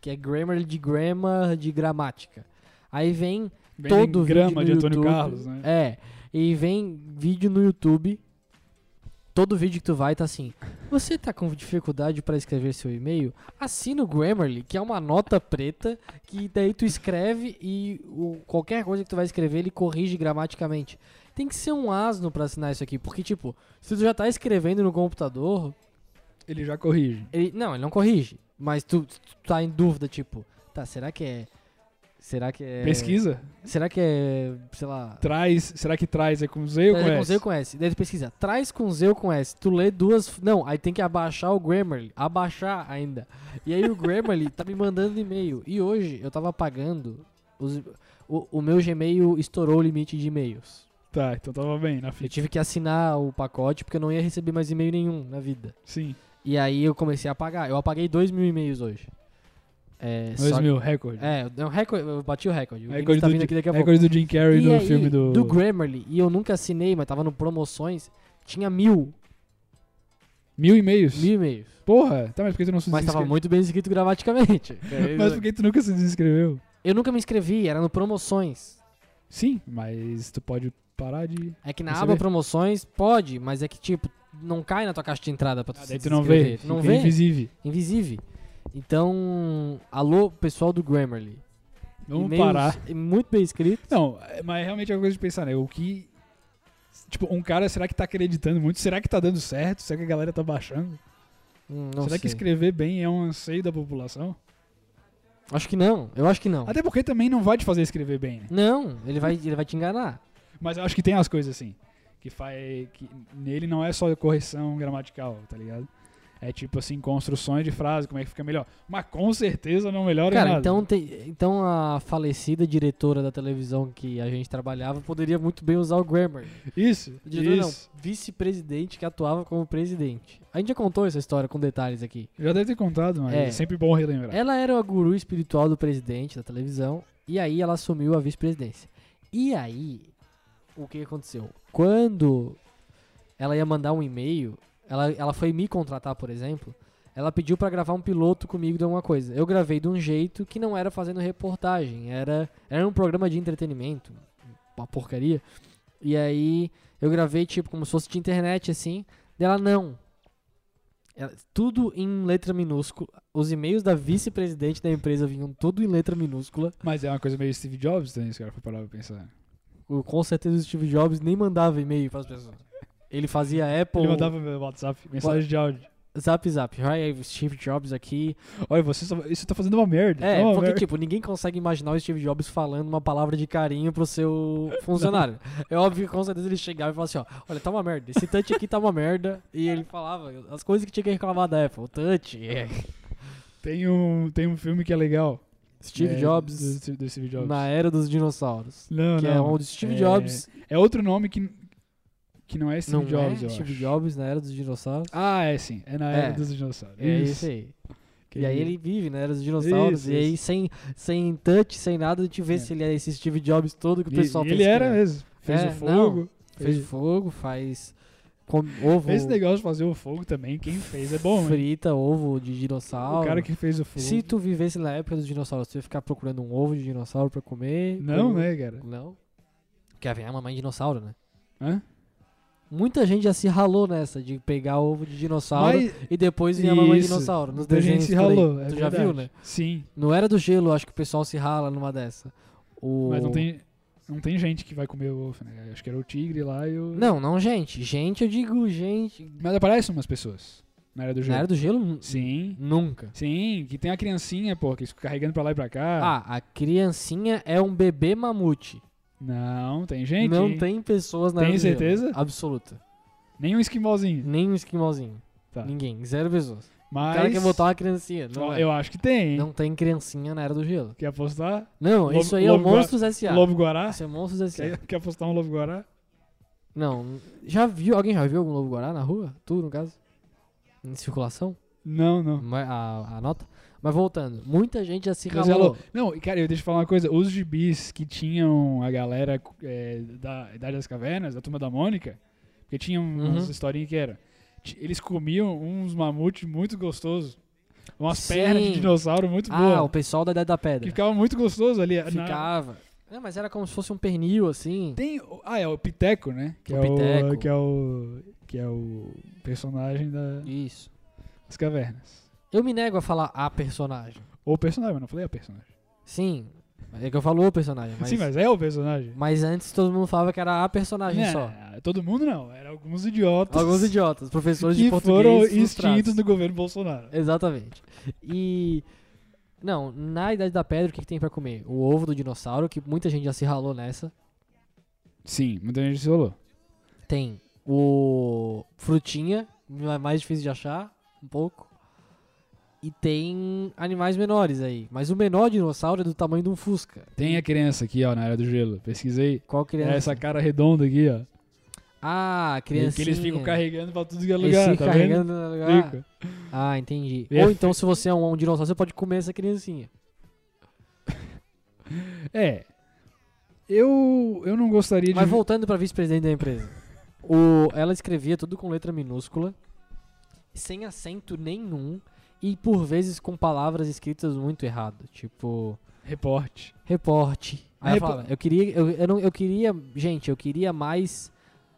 A: que é Grammarly de grammar, de gramática. Aí vem
B: Vem
A: todo
B: grama de
A: vídeo no
B: Antônio
A: YouTube.
B: Carlos, né?
A: É. E vem vídeo no YouTube. Todo vídeo que tu vai tá assim. Você tá com dificuldade pra escrever seu e-mail? Assina o Grammarly, que é uma nota preta, que daí tu escreve e o- qualquer coisa que tu vai escrever ele corrige gramaticamente. Tem que ser um asno pra assinar isso aqui, porque tipo, se tu já tá escrevendo no computador,
B: Ele já corrige.
A: ele, não, ele não corrige, mas tu, tu tá em dúvida, tipo, tá, será que é será que é
B: Pesquisa.
A: Será que é, sei lá,
B: Traz. Será que traz? É com Z ou
A: Traz
B: com
A: com Z
B: S?
A: ou com S. Daí tu pesquisa, traz com Z ou com S. Tu lê duas. Não, aí tem que abaixar o Grammarly. Abaixar ainda. E aí o Grammarly tá me mandando e-mail. E hoje eu tava pagando. os- o, o meu Gmail estourou o limite de e-mails.
B: Tá, então tava bem na
A: Eu
B: fita.
A: tive que assinar o pacote porque eu não ia receber mais e-mail nenhum na vida.
B: Sim.
A: E aí eu comecei a pagar. Eu apaguei dois mil e-mails hoje. É, só-
B: 2000, recorde.
A: É, é um recorde, eu bati o recorde. O Guinness
B: recorde
A: tá
B: do,
A: vindo aqui daqui a pouco.
B: recorde do Jim Carrey
A: E
B: no
A: aí,
B: filme do.
A: Grammarly, e eu nunca assinei, mas tava no promoções, tinha mil,
B: Mil e-mails.
A: mil e-mails.
B: Porra. Tá, mas por que tu não se
A: Mas tava
B: desinscreveu?
A: muito bem escrito gramaticamente.
B: Mas por que tu nunca se desinscreveu?
A: Eu nunca me inscrevi, era no promoções.
B: Sim, mas tu pode parar de.
A: É que na
B: Você
A: aba
B: vê?
A: promoções pode, mas é que tipo, não cai na tua caixa de entrada pra tu
B: Ah,
A: se
B: daí tu não
A: inscrever.
B: vê.
A: Tu não
B: fica
A: vê?
B: Invisível.
A: Invisível. Então, alô pessoal do Grammarly.
B: Vamos
A: E-mails
B: parar.
A: Muito bem escrito.
B: Não, é- mas realmente é uma coisa de pensar, né? O que. Tipo, um cara, será que tá acreditando muito? Será que tá dando certo? Será que a galera tá baixando?
A: Hum, não
B: será que
A: sei.
B: escrever bem é um anseio da população?
A: Acho que não. Eu acho que não.
B: Até porque também não vai te fazer escrever bem, né?
A: Não, ele vai, ele vai te enganar.
B: Mas eu acho que tem as coisas assim. Que faz. Que nele não é só correção gramatical, tá ligado? É tipo assim, construções de frase, como é que fica melhor. Mas com certeza não melhora em
A: Cara,
B: nada.
A: então, tem- então a falecida diretora da televisão que a gente trabalhava poderia muito bem usar o Grammar.
B: Isso.
A: Diretora
B: isso.
A: não, vice-presidente que atuava como presidente. A gente já contou essa história com detalhes aqui.
B: Já deve ter contado, mas
A: É.
B: é, sempre bom relembrar.
A: Ela era a guru espiritual do presidente da televisão e aí ela assumiu a vice-presidência. E aí, o que aconteceu? Quando ela ia mandar um e-mail, ela, ela foi me contratar, por exemplo, ela pediu pra gravar um piloto comigo de alguma coisa. Eu gravei de um jeito que não era fazendo reportagem, era, era um programa de entretenimento, uma porcaria. E aí eu gravei tipo como se fosse de internet assim, dela não. Ela- tudo em letra minúscula. Os e-mails da vice-presidente da empresa vinham tudo em letra minúscula.
B: Mas é uma coisa meio Steve Jobs também, esse cara foi parar pra pensar.
A: O- Com certeza o Steve Jobs nem mandava e-mail pras pessoas. Ele fazia Apple,
B: Ele mandava meu WhatsApp, mensagem de áudio.
A: Zap Zap. Hi, Steve Jobs aqui.
B: Olha, você só- isso tá fazendo uma merda.
A: É,
B: uma
A: porque,
B: merda.
A: tipo, ninguém consegue imaginar o Steve Jobs falando uma palavra de carinho pro seu funcionário. É óbvio que com certeza ele chegava e falava assim, ó, olha, tá uma merda, esse touch aqui tá uma merda. E ele falava as coisas que tinha que reclamar da Apple. O touch, é.
B: Tem, um, tem um filme que é legal.
A: Steve
B: É,
A: Jobs
B: Do, do Steve Jobs.
A: na Era dos Dinossauros.
B: Não,
A: que é
B: não.
A: onde Steve Jobs...
B: É outro nome que, que não é Steve
A: não
B: Jobs,
A: é
B: eu
A: Steve
B: acho.
A: Jobs na Era dos Dinossauros.
B: Ah, é sim. É na
A: É.
B: Era dos Dinossauros.
A: É isso aí. E aí ele vive, né? Era os dinossauros.
B: Isso,
A: e aí,
B: isso.
A: sem, sem touch, sem nada, a gente vê
B: É.
A: se ele é esse Steve Jobs todo que o
B: E-
A: pessoal
B: e
A: fez.
B: ele
A: que
B: era
A: era.
B: mesmo. Fez
A: É,
B: o fogo.
A: Fez
B: Ele-
A: fogo, faz. come ovo.
B: Esse negócio de fazer o fogo também, quem fez é bom, hein?
A: Frita ovo de
B: O
A: dinossauro.
B: cara que fez o fogo.
A: Se tu vivesse na época dos dinossauros, tu ia ficar procurando um ovo de dinossauro pra comer.
B: Não,
A: Pra-
B: né, cara?
A: Não. Porque a Venom é uma mãe dinossauro, né?
B: Hã?
A: Muita gente já se ralou nessa de pegar ovo de dinossauro
B: Mas
A: e depois vinha a mamãe
B: Isso.
A: dinossauro. Nos
B: a gente
A: desenhos
B: se
A: por aí.
B: ralou. é
A: tu já
B: verdade.
A: viu, né?
B: Sim,
A: Não era do gelo, acho que o pessoal se rala numa dessa. O...
B: mas não tem, não tem gente que vai comer o ovo, né? Acho que era o tigre lá e o...
A: Não, não gente. Gente, eu digo gente.
B: Mas aparecem umas pessoas na área do jogo.
A: Na era do gelo? n-
B: Sim.
A: Nunca.
B: Sim, que tem a criancinha, pô, que fica carregando pra lá e pra cá.
A: Ah, a criancinha é um bebê mamute.
B: Não, tem gente.
A: Não tem pessoas na
B: Tem
A: era do gelo.
B: certeza?
A: Absoluta.
B: Nem um esquimózinho.
A: Nem um esquimalzinho.
B: Tá.
A: Ninguém. Zero pessoas. O
B: Mas...
A: cara quer botar uma criancinha. Não, é.
B: Eu acho que tem, hein?
A: Não tem criancinha na era do gelo.
B: Quer apostar?
A: Não,
B: Lobo-
A: isso aí é o
B: Lobo Guar-
A: Monstros S.A.
B: Lobo-guará?
A: Isso é Monstros S.A.
B: Quer, quer apostar um lobo-guará?
A: Não, já viu? Alguém já viu algum lobo guará na rua? Tu, no caso? Em circulação?
B: Não, não.
A: Ma- A, a nota? Mas voltando, muita gente já se
B: Mas é
A: ralou.
B: louco. Não, e, cara, eu deixa eu falar uma coisa. Os gibis que tinham a galera é, da Idade das Cavernas, da Turma da Mônica, porque tinham umas
A: Uhum.
B: historinhas que era. ti- Eles comiam uns mamutes muito gostosos. Umas
A: Sim.
B: pernas de dinossauro muito
A: Ah, o
B: boas.
A: pessoal da Idade da
B: Que
A: Pedra.
B: ficava muito gostoso ali. na-
A: Ficava. Não, mas era como se fosse um pernil, assim.
B: Tem. o- Ah, é o Piteco, né? Que
A: O
B: é
A: Piteco.
B: o. Que é o. Que é o personagem da-
A: Isso.
B: das cavernas.
A: Eu me nego a falar a personagem.
B: Ou o personagem, eu não falei a personagem.
A: Sim, é que eu falo o personagem, mas...
B: Sim, mas é o personagem.
A: mas antes todo mundo falava que era a personagem
B: Né,
A: só.
B: Todo mundo não, eram alguns idiotas.
A: Alguns idiotas, professores de
B: que
A: português
B: foram
A: frustrados.
B: extintos do governo Bolsonaro.
A: Exatamente. E. Não, na Idade da Pedra, o que, que tem pra comer? O ovo do dinossauro, que muita gente já se ralou nessa.
B: Sim, muita gente se rolou.
A: Tem o. Frutinha, ma- mais difícil de achar, um pouco. E tem animais menores aí. Mas o menor dinossauro é do tamanho de um Fusca.
B: Tem a criança aqui, ó, na área do gelo. Pesquisei.
A: Qual criança?
B: É essa cara redonda aqui, ó.
A: Ah, criança.
B: Que eles ficam carregando pra tudo que é
A: Eles
B: lugar,
A: ficam
B: tá vendo?
A: carregando no lugar.
B: Fica.
A: Ah, entendi.
B: E é
A: Ou então, se você é um, um dinossauro, você pode comer essa criancinha.
B: É. Eu, eu não gostaria
A: Mas
B: de...
A: voltando pra vice-presidente da empresa. O, ela escrevia tudo com letra minúscula, sem acento nenhum, e por vezes com palavras escritas muito errado. Tipo,
B: Reporte.
A: reporte. Aí
B: Repo-
A: ela fala, eu queria. Eu, eu não, eu queria. Gente, eu queria mais.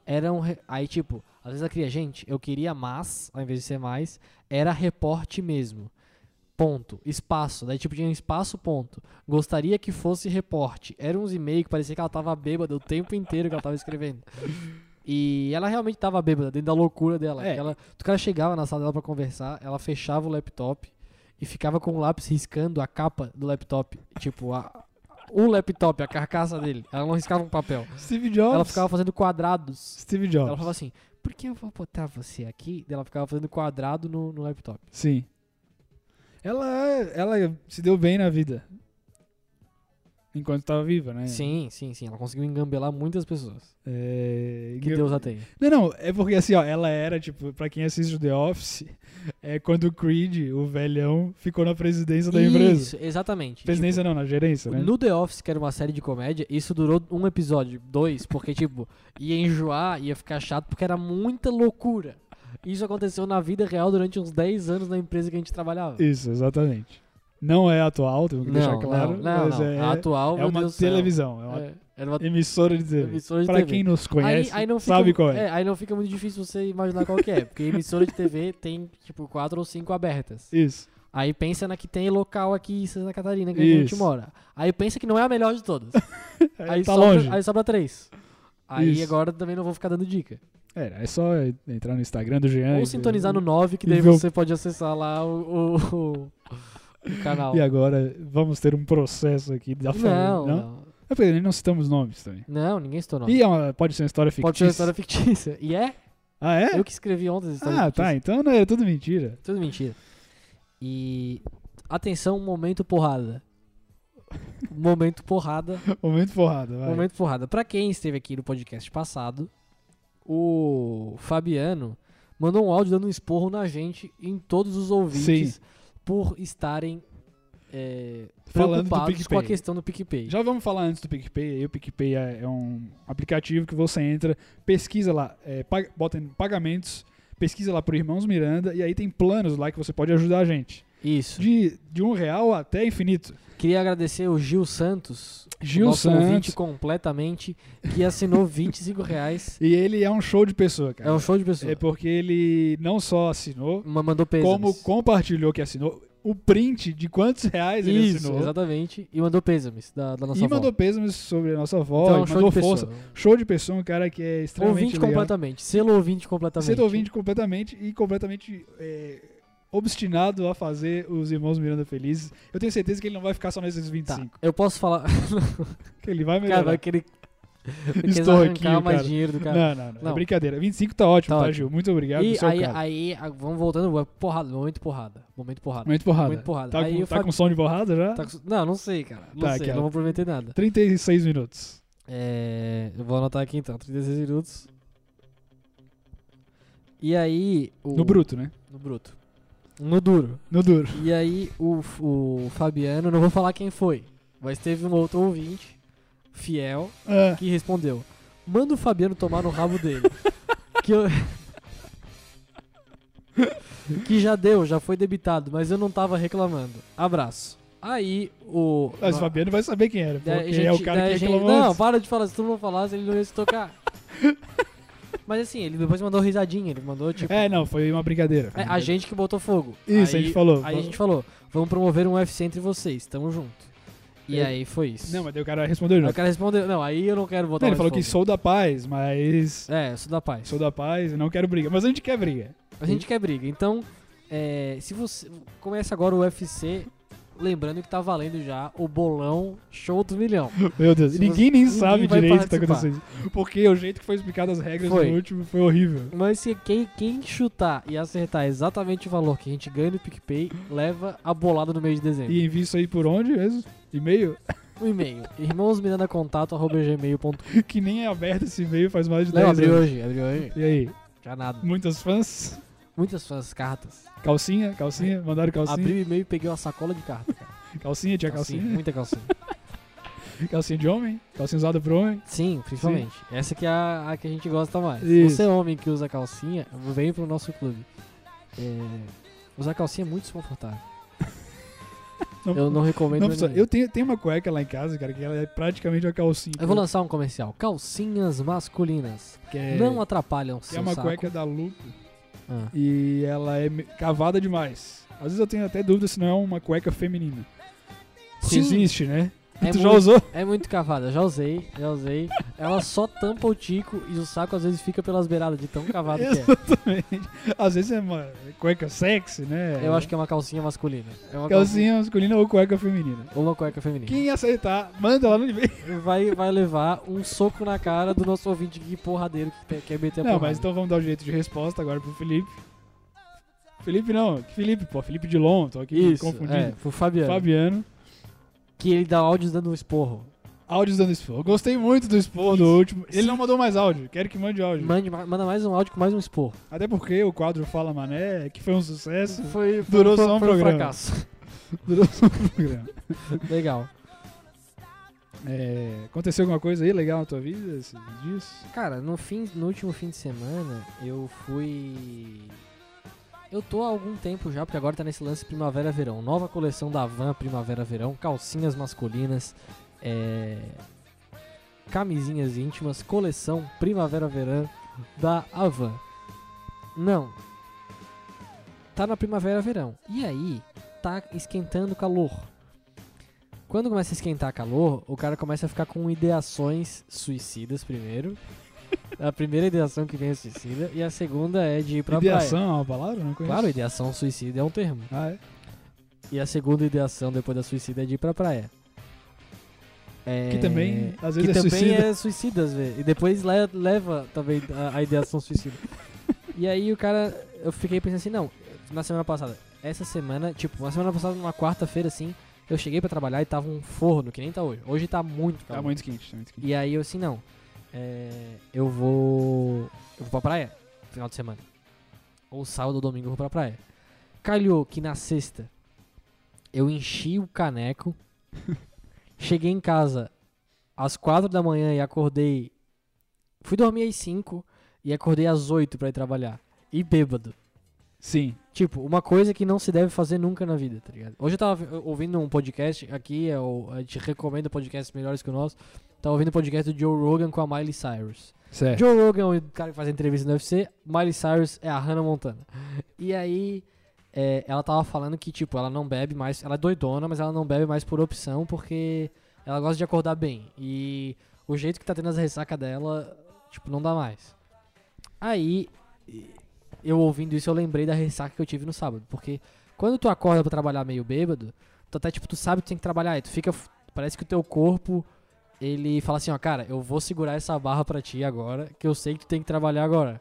A: Era um. re- Aí, tipo, às vezes ela queria, gente, eu queria mais, ao invés de ser mais, era reporte mesmo. Ponto. Espaço. Daí, tipo, tinha um espaço, ponto. Gostaria que fosse reporte. Era uns e-mails que parecia que ela tava bêbada o tempo inteiro que ela tava escrevendo. E ela realmente tava bêbada, dentro da loucura dela.
B: É.
A: que Ela, o cara chegava na sala dela pra conversar, ela fechava o laptop e ficava com o lápis riscando a capa do laptop. Tipo, a, o laptop, a carcaça dele. Ela não riscava um papel.
B: Steve Jobs.
A: Ela ficava fazendo quadrados.
B: Steve Jobs.
A: Ela falava assim, por que eu vou botar você aqui? Daí Ela ficava fazendo quadrado no, no laptop.
B: Sim. Ela, ela se deu bem na vida. Enquanto tava viva, né?
A: Sim, sim, sim. Ela conseguiu engambelar muitas pessoas.
B: É,
A: Que Deus a tenha.
B: Não, não, é porque assim, ó, ela era, tipo, pra quem assiste o The Office, é quando o Creed, o velhão, ficou na presidência da empresa.
A: Isso, exatamente.
B: Presidência não, na gerência,
A: Tipo,
B: né?
A: no The Office, que era uma série de comédia, isso durou um episódio, dois, porque, tipo, ia enjoar, ia ficar chato, porque era muita loucura. Isso aconteceu na vida real durante uns 10 anos na empresa que a gente trabalhava.
B: Isso, exatamente. Não é atual, tenho que deixar
A: não,
B: claro.
A: não,
B: mas
A: não.
B: é,
A: a atual,
B: é
A: meu
B: uma
A: Deus do céu.
B: televisão, é uma
A: É, era uma
B: emissora de TV.
A: emissora de
B: pra
A: TV.
B: quem nos
A: Aí,
B: conhece,
A: aí não fica, um
B: sabe qual é.
A: Aí não fica muito difícil você imaginar qual que é, porque emissora de TV tem, tipo, quatro ou cinco abertas.
B: Isso.
A: Aí pensa na que tem local aqui em Santa Catarina, que é onde a gente
B: Isso.
A: mora. Aí pensa que não é a melhor de todas. Aí
B: tá
A: sobra,
B: longe.
A: Aí sobra três. Aí
B: Isso.
A: agora também não vou ficar dando dica.
B: É, é só entrar no Instagram do Jean.
A: Ou
B: e-
A: sintonizar no 9,
B: É,
A: que
B: e
A: daí
B: ver o-
A: você pode acessar lá o, o- o- o canal.
B: E agora vamos ter um processo aqui da
A: Não,
B: família. Não?
A: não.
B: É porque nem não citamos nomes também.
A: Não, ninguém estou nome.
B: E é uma- pode ser uma história fictícia.
A: Pode ser uma história fictícia. E é?
B: Ah, é?
A: Eu que escrevi ontem as histórias
B: Ah,
A: fictícias.
B: tá. Então não é tudo mentira.
A: Tudo mentira. E. Atenção, momento porrada. Momento porrada.
B: Momento porrada, vai.
A: Momento porrada. Pra quem esteve aqui no podcast passado, o Fabiano mandou um áudio dando um esporro na gente e em todos os ouvintes. por estarem é,
B: Falando do
A: preocupados com a
B: PicPay.
A: questão do PicPay.
B: Já vamos falar antes do PicPay. Aí o PicPay é é um aplicativo que você entra, pesquisa lá, é, pag- bota em pagamentos, pesquisa lá por Irmãos Miranda e aí tem planos lá que você pode ajudar a gente.
A: Isso.
B: De, de um real até infinito.
A: Queria agradecer o Gil Santos,
B: Gil
A: nosso ouvinte
B: Santos.
A: completamente, que assinou 25 reais.
B: E ele é um show de pessoa, cara.
A: É um show de pessoa.
B: É porque ele não só assinou,
A: Ma- Mandou pêsames.
B: como compartilhou que assinou, o print de quantos reais ele
A: Isso,
B: assinou.
A: exatamente. E mandou pêsames da, da nossa
B: E
A: avó.
B: mandou pêsames sobre a nossa avó,
A: Então, é um
B: e
A: show
B: mandou
A: de
B: força.
A: pessoa.
B: Show de pessoa, um cara que é extremamente
A: Ouvinte
B: legal.
A: completamente. Selo ouvinte completamente.
B: Sendo ouvinte completamente e completamente é, obstinado a fazer os irmãos Miranda felizes. Eu tenho certeza que ele não vai ficar só nesses
A: Tá,
B: 25.
A: eu posso falar.
B: Que ele vai melhorar.
A: cara, vai querer. quis
B: Estorquinho,
A: arrancar mais
B: cara.
A: dinheiro do cara.
B: não, não, não,
A: Não.
B: É brincadeira. 25 tá ótimo, tá,
A: Tá ótimo.
B: Gil? Muito obrigado.
A: E
B: do seu
A: aí,
B: caso.
A: aí, a- vamos voltando, ué, porrada, momento porrada, momento porrada.
B: Muito porrada.
A: Muito porrada.
B: Tá,
A: Aí
B: com,
A: o
B: tá
A: Fábio-
B: com som de porrada já?
A: Tá com- Não, não sei, cara, não
B: Tá,
A: sei,
B: cara.
A: não vou prometer nada.
B: 36 minutos.
A: É, eu vou anotar aqui então, 36 minutos. E aí... O...
B: No bruto, né?
A: No bruto. No duro.
B: No duro.
A: E aí o, o Fabiano, não vou falar quem foi, mas teve um outro ouvinte, fiel,
B: Ah,
A: que respondeu: Manda o Fabiano tomar no rabo dele. que eu. que já deu, já foi debitado, mas eu não tava reclamando. Abraço. Aí o.
B: mas o Fabiano vai saber quem era. Porque
A: Daí a gente-
B: é o cara
A: daí
B: que
A: a gente-
B: reclamou.
A: Não,
B: antes.
A: para de falar, se tu não falasse, ele não ia se tocar. mas assim, ele depois mandou risadinha, ele mandou tipo.
B: É, não, foi uma brincadeira.
A: É, a gente que botou fogo.
B: Isso, a
A: Aí-
B: gente falou.
A: Aí a gente falou, vamos promover um UFC entre vocês, tamo junto. E aí foi isso.
B: É. Não, mas daí o cara respondeu.
A: Aí
B: Não,
A: o cara respondeu, não, aí eu não quero botar
B: Não, ele
A: mais
B: falou que
A: fogo.
B: sou da paz, mas.
A: É, sou da paz.
B: Sou da paz e não quero briga. Mas a gente quer briga.
A: A gente quer briga. Então, é, se você. Começa agora o UFC. Lembrando que tá valendo já o bolão show do milhão.
B: Meu Deus,
A: Se
B: ninguém nem
A: você-
B: sabe
A: ninguém vai
B: direito o que tá
A: participar.
B: acontecendo. Porque o jeito que foi explicado as regras
A: Foi.
B: no último foi horrível.
A: Mas se quem, quem chutar e acertar exatamente o valor que a gente ganha no PicPay, leva a bolada no mês de dezembro.
B: E envia isso aí por onde mesmo? E-mail?
A: Um e-mail. irmãosmirandacontato.gmail.com
B: Que nem é aberto esse e-mail faz mais de
A: Léo,
B: 10
A: abriu
B: anos.
A: hoje, abriu hoje.
B: E aí?
A: Já nada.
B: Muitas fãs?
A: Muitas fãs, cartas.
B: Calcinha? Calcinha? Mandaram calcinha?
A: Abri o e-mail e peguei uma sacola de carta. cara.
B: Calcinha? Tinha calcinha?
A: Muita calcinha.
B: Calcinha de homem? Calcinha usada por homem?
A: Sim, principalmente. Essa que é a, a que a gente gosta mais.
B: Isso.
A: Você, é um homem que usa calcinha, vem pro nosso clube. É, usar calcinha é muito desconfortável.
B: Não-
A: eu não recomendo.
B: Não,
A: a
B: precisa.
A: ninguém.
B: Eu tenho, tenho uma cueca lá em casa, cara, que ela é praticamente uma calcinha.
A: Eu vou lançar um comercial. Calcinhas masculinas
B: Que é,
A: não atrapalham o
B: que
A: seu
B: é uma
A: saco.
B: cueca da Lupo.
A: Ah,
B: e ela é me- cavada demais. Às vezes eu tenho até dúvida se não é uma cueca feminina. Se
A: Sim.
B: existe, né?
A: É
B: tu já
A: muito-
B: usou?
A: É muito cavada, já usei, já usei. Ela só tampa o tico e o saco às vezes fica pelas beiradas de tão cavado que é.
B: Exatamente. Às vezes é uma cueca sexy, né?
A: é. Eu acho que é uma calcinha masculina. É uma
B: calcinha masculina ou cueca feminina.
A: Ou uma cueca feminina.
B: Quem acertar, manda lá no e-mail.
A: vai, vai levar um soco na cara do nosso ouvinte que porradeiro que pe- quer meter a
B: Não,
A: porrada.
B: mas então vamos dar o jeito de resposta agora pro Felipe. Felipe não, que Felipe, pô, Felipe Dilon, tô aqui
A: Isso, é,
B: confundindo.
A: pro Fabiano.
B: Fabiano.
A: Que ele dá áudios dando um esporro.
B: Áudios dando esporro. Gostei muito do esporro do último. Ele não mandou mais áudio, quero que mande áudio.
A: Mande, ma- manda mais um áudio com mais um esporro.
B: Até porque o quadro Fala Mané, que foi um sucesso,
A: Foi,
B: Durou só um
A: foi
B: programa.
A: fracasso.
B: durou só o programa.
A: Legal.
B: É, aconteceu alguma coisa aí legal na tua vida esses dias?
A: Cara, no, fim, no último fim de semana, eu fui. Eu tô há algum tempo já, porque agora tá nesse lance primavera-verão. Nova coleção da Van Primavera-Verão, calcinhas masculinas, é, camisinhas íntimas, coleção Primavera-Verão da Avan. Não. Tá na primavera-verão. E aí, tá esquentando calor. Quando começa a esquentar calor, o cara começa a ficar com ideações suicidas primeiro. A primeira ideação que vem é suicida e a segunda é de ir pra
B: Ideação é uma palavra? Não
A: praia.
B: conheço.
A: Claro, ideação suicida é um termo.
B: Ah, é?
A: E a segunda ideação depois da suicida é de ir pra praia. É,
B: Que também, às
A: que
B: vezes, é
A: também
B: suicida.
A: é suicida às vezes. E depois le- leva também a, a ideação suicida. E aí o cara, eu fiquei pensando assim, não, na semana passada, essa semana, tipo, na semana passada, numa quarta-feira assim, eu cheguei pra trabalhar e tava um forno, que nem tá hoje. Hoje tá muito
B: Tá
A: calor.
B: muito quente, tá muito quente.
A: E aí eu assim, não, é, eu vou, eu vou pra praia, final de semana. Ou sábado ou domingo eu vou pra praia. Calhou que na sexta Eu enchi o caneco. cheguei em casa às quatro da manhã e acordei. Fui dormir às 5 e acordei às 8 pra ir trabalhar. E bêbado.
B: Sim.
A: Tipo, uma coisa que não se deve fazer nunca na vida, tá ligado? Hoje eu tava vi- ouvindo um podcast aqui, é o- a gente recomenda podcasts melhores que o nosso. Tava ouvindo o podcast do Joe Rogan com a Miley Cyrus.
B: Certo.
A: Joe Rogan é o cara que faz entrevista no UFC, Miley Cyrus é a Hannah Montana. E aí, é, ela tava falando que, tipo, ela não bebe mais, ela é doidona, mas ela não bebe mais por opção, porque ela gosta de acordar bem. E o jeito que tá tendo as ressaca dela, tipo, não dá mais. Aí, e- eu ouvindo isso, eu lembrei da ressaca que eu tive no sábado, porque quando tu acorda pra trabalhar meio bêbado, tu até, tipo, tu sabe que tem que trabalhar, e tu fica, f- parece que o teu corpo ele fala assim, ó, cara, eu vou segurar essa barra pra ti agora, que eu sei que tu tem que trabalhar agora.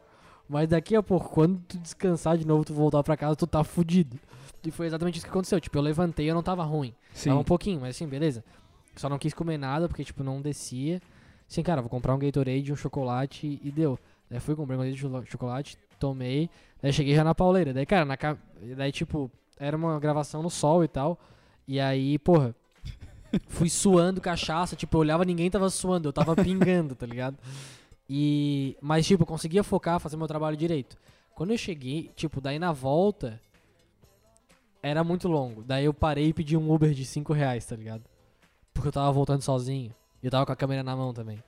A: Mas daqui a pouco, quando tu descansar de novo, tu voltar pra casa, tu tá fudido. E foi exatamente isso que aconteceu. Tipo, eu levantei e eu não tava ruim.
B: Sim.
A: Tava um pouquinho, mas assim, beleza. Só não quis comer nada, porque, tipo, não descia. Assim, cara, vou comprar um Gatorade, um chocolate e deu. Daí fui, comprei um Gatorade, cho- chocolate, tomei. Daí cheguei já na pauleira. Daí, cara, na ca... Daí, tipo, era uma gravação no sol e tal. E aí, porra, fui suando cachaça. Tipo, eu olhava, ninguém tava suando. Eu tava pingando, tá ligado? E... Mas, tipo, eu conseguia focar, fazer meu trabalho direito. Quando eu cheguei, tipo, daí na volta era muito longo. Daí eu parei e pedi um Uber de 5 reais, tá ligado? Porque eu tava voltando sozinho. E eu tava com a câmera na mão também.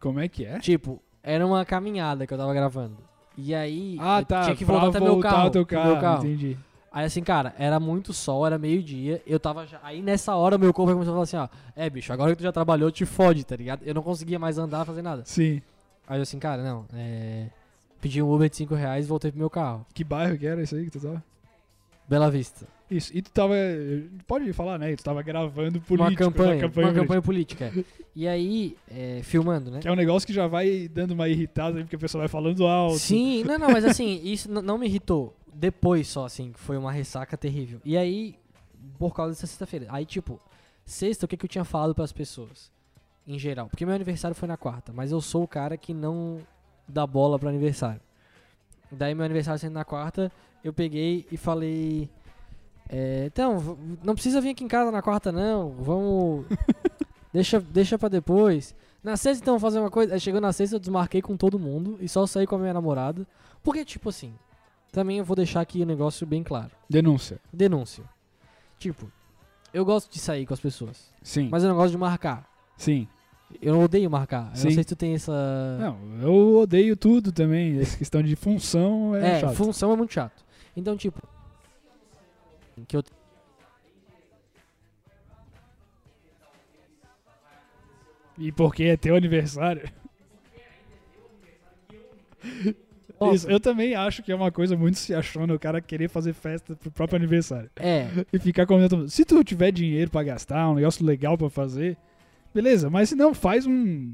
B: Como é que é?
A: Tipo, era uma caminhada que eu tava gravando. E aí
B: Ah,
A: eu
B: tá.
A: tinha que
B: pra
A: voltar até meu carro.
B: ao teu
A: pro
B: carro.
A: meu carro.
B: Entendi.
A: Aí assim, cara, era muito sol, era meio-dia. Eu tava já... Aí nessa hora meu corpo começou a falar assim, ó. É, bicho, agora que tu já trabalhou, te fode, tá ligado? Eu não conseguia mais andar, fazer nada.
B: Sim.
A: Aí eu assim, cara, não, é... Pedi um Uber de 5 reais e voltei pro meu carro.
B: Que bairro que era isso aí que tu tava?
A: Bela Vista.
B: Isso. E tu tava. Pode falar, né? Tu tava gravando político.
A: uma campanha,
B: né?
A: uma campanha política. é. E aí, é, filmando, né?
B: Que é um negócio que já vai dando uma irritada, porque a pessoa vai falando alto.
A: Sim, não, não, mas assim, isso n- não me irritou. Depois só, assim, que foi uma ressaca terrível. E aí, por causa dessa sexta-feira. Aí, tipo, sexta, o que, que eu tinha falado pras pessoas? Em geral. Porque meu aniversário foi na quarta, mas eu sou o cara que não dá bola pro aniversário. Daí, meu aniversário sendo na quarta, eu peguei e falei. é, então, v- não precisa vir aqui em casa na quarta, não. Vamos. deixa, deixa pra depois. Na sexta, então, vou fazer uma coisa. Aí chegou na sexta, eu desmarquei com todo mundo e só saí com a minha namorada. Porque, tipo assim, também eu vou deixar aqui o negócio bem claro.
B: Denúncia.
A: Denúncia. Tipo, eu gosto de sair com as pessoas,
B: Sim.
A: mas eu não gosto de marcar.
B: Sim.
A: Eu odeio marcar. Eu
B: Sim.
A: não sei se tu tem essa.
B: Não, eu odeio tudo também. Essa questão de função é,
A: é,
B: chato.
A: função é muito chato. Então, tipo. Que eu.
B: E porque é teu aniversário. Isso,
A: Nossa,
B: eu também acho que é uma coisa muito se achona o cara querer fazer festa pro próprio aniversário.
A: É,
B: E ficar convidando todo mundo. Se tu tiver dinheiro pra gastar, um negócio legal pra fazer, beleza, mas se não, faz um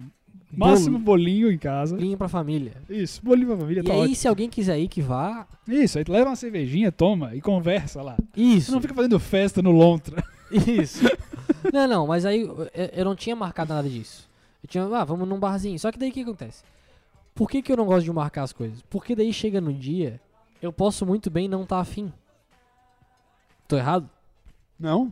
B: máximo bolinho em casa.
A: linha pra família.
B: Isso, bolinho pra família,
A: E
B: tá
A: aí,
B: ótimo.
A: se alguém quiser ir, que vá.
B: Isso, aí tu leva uma cervejinha, toma e conversa lá. Tu
A: Isso.
B: não fica fazendo festa no Lontra.
A: Isso. não, não, mas aí eu, eu não tinha marcado nada disso. Eu tinha, ah, vamos num barzinho. Só que daí o que acontece? Por que, que eu não gosto de marcar as coisas? Porque daí chega no dia, eu posso muito bem não estar afim. Tô errado?
B: Não?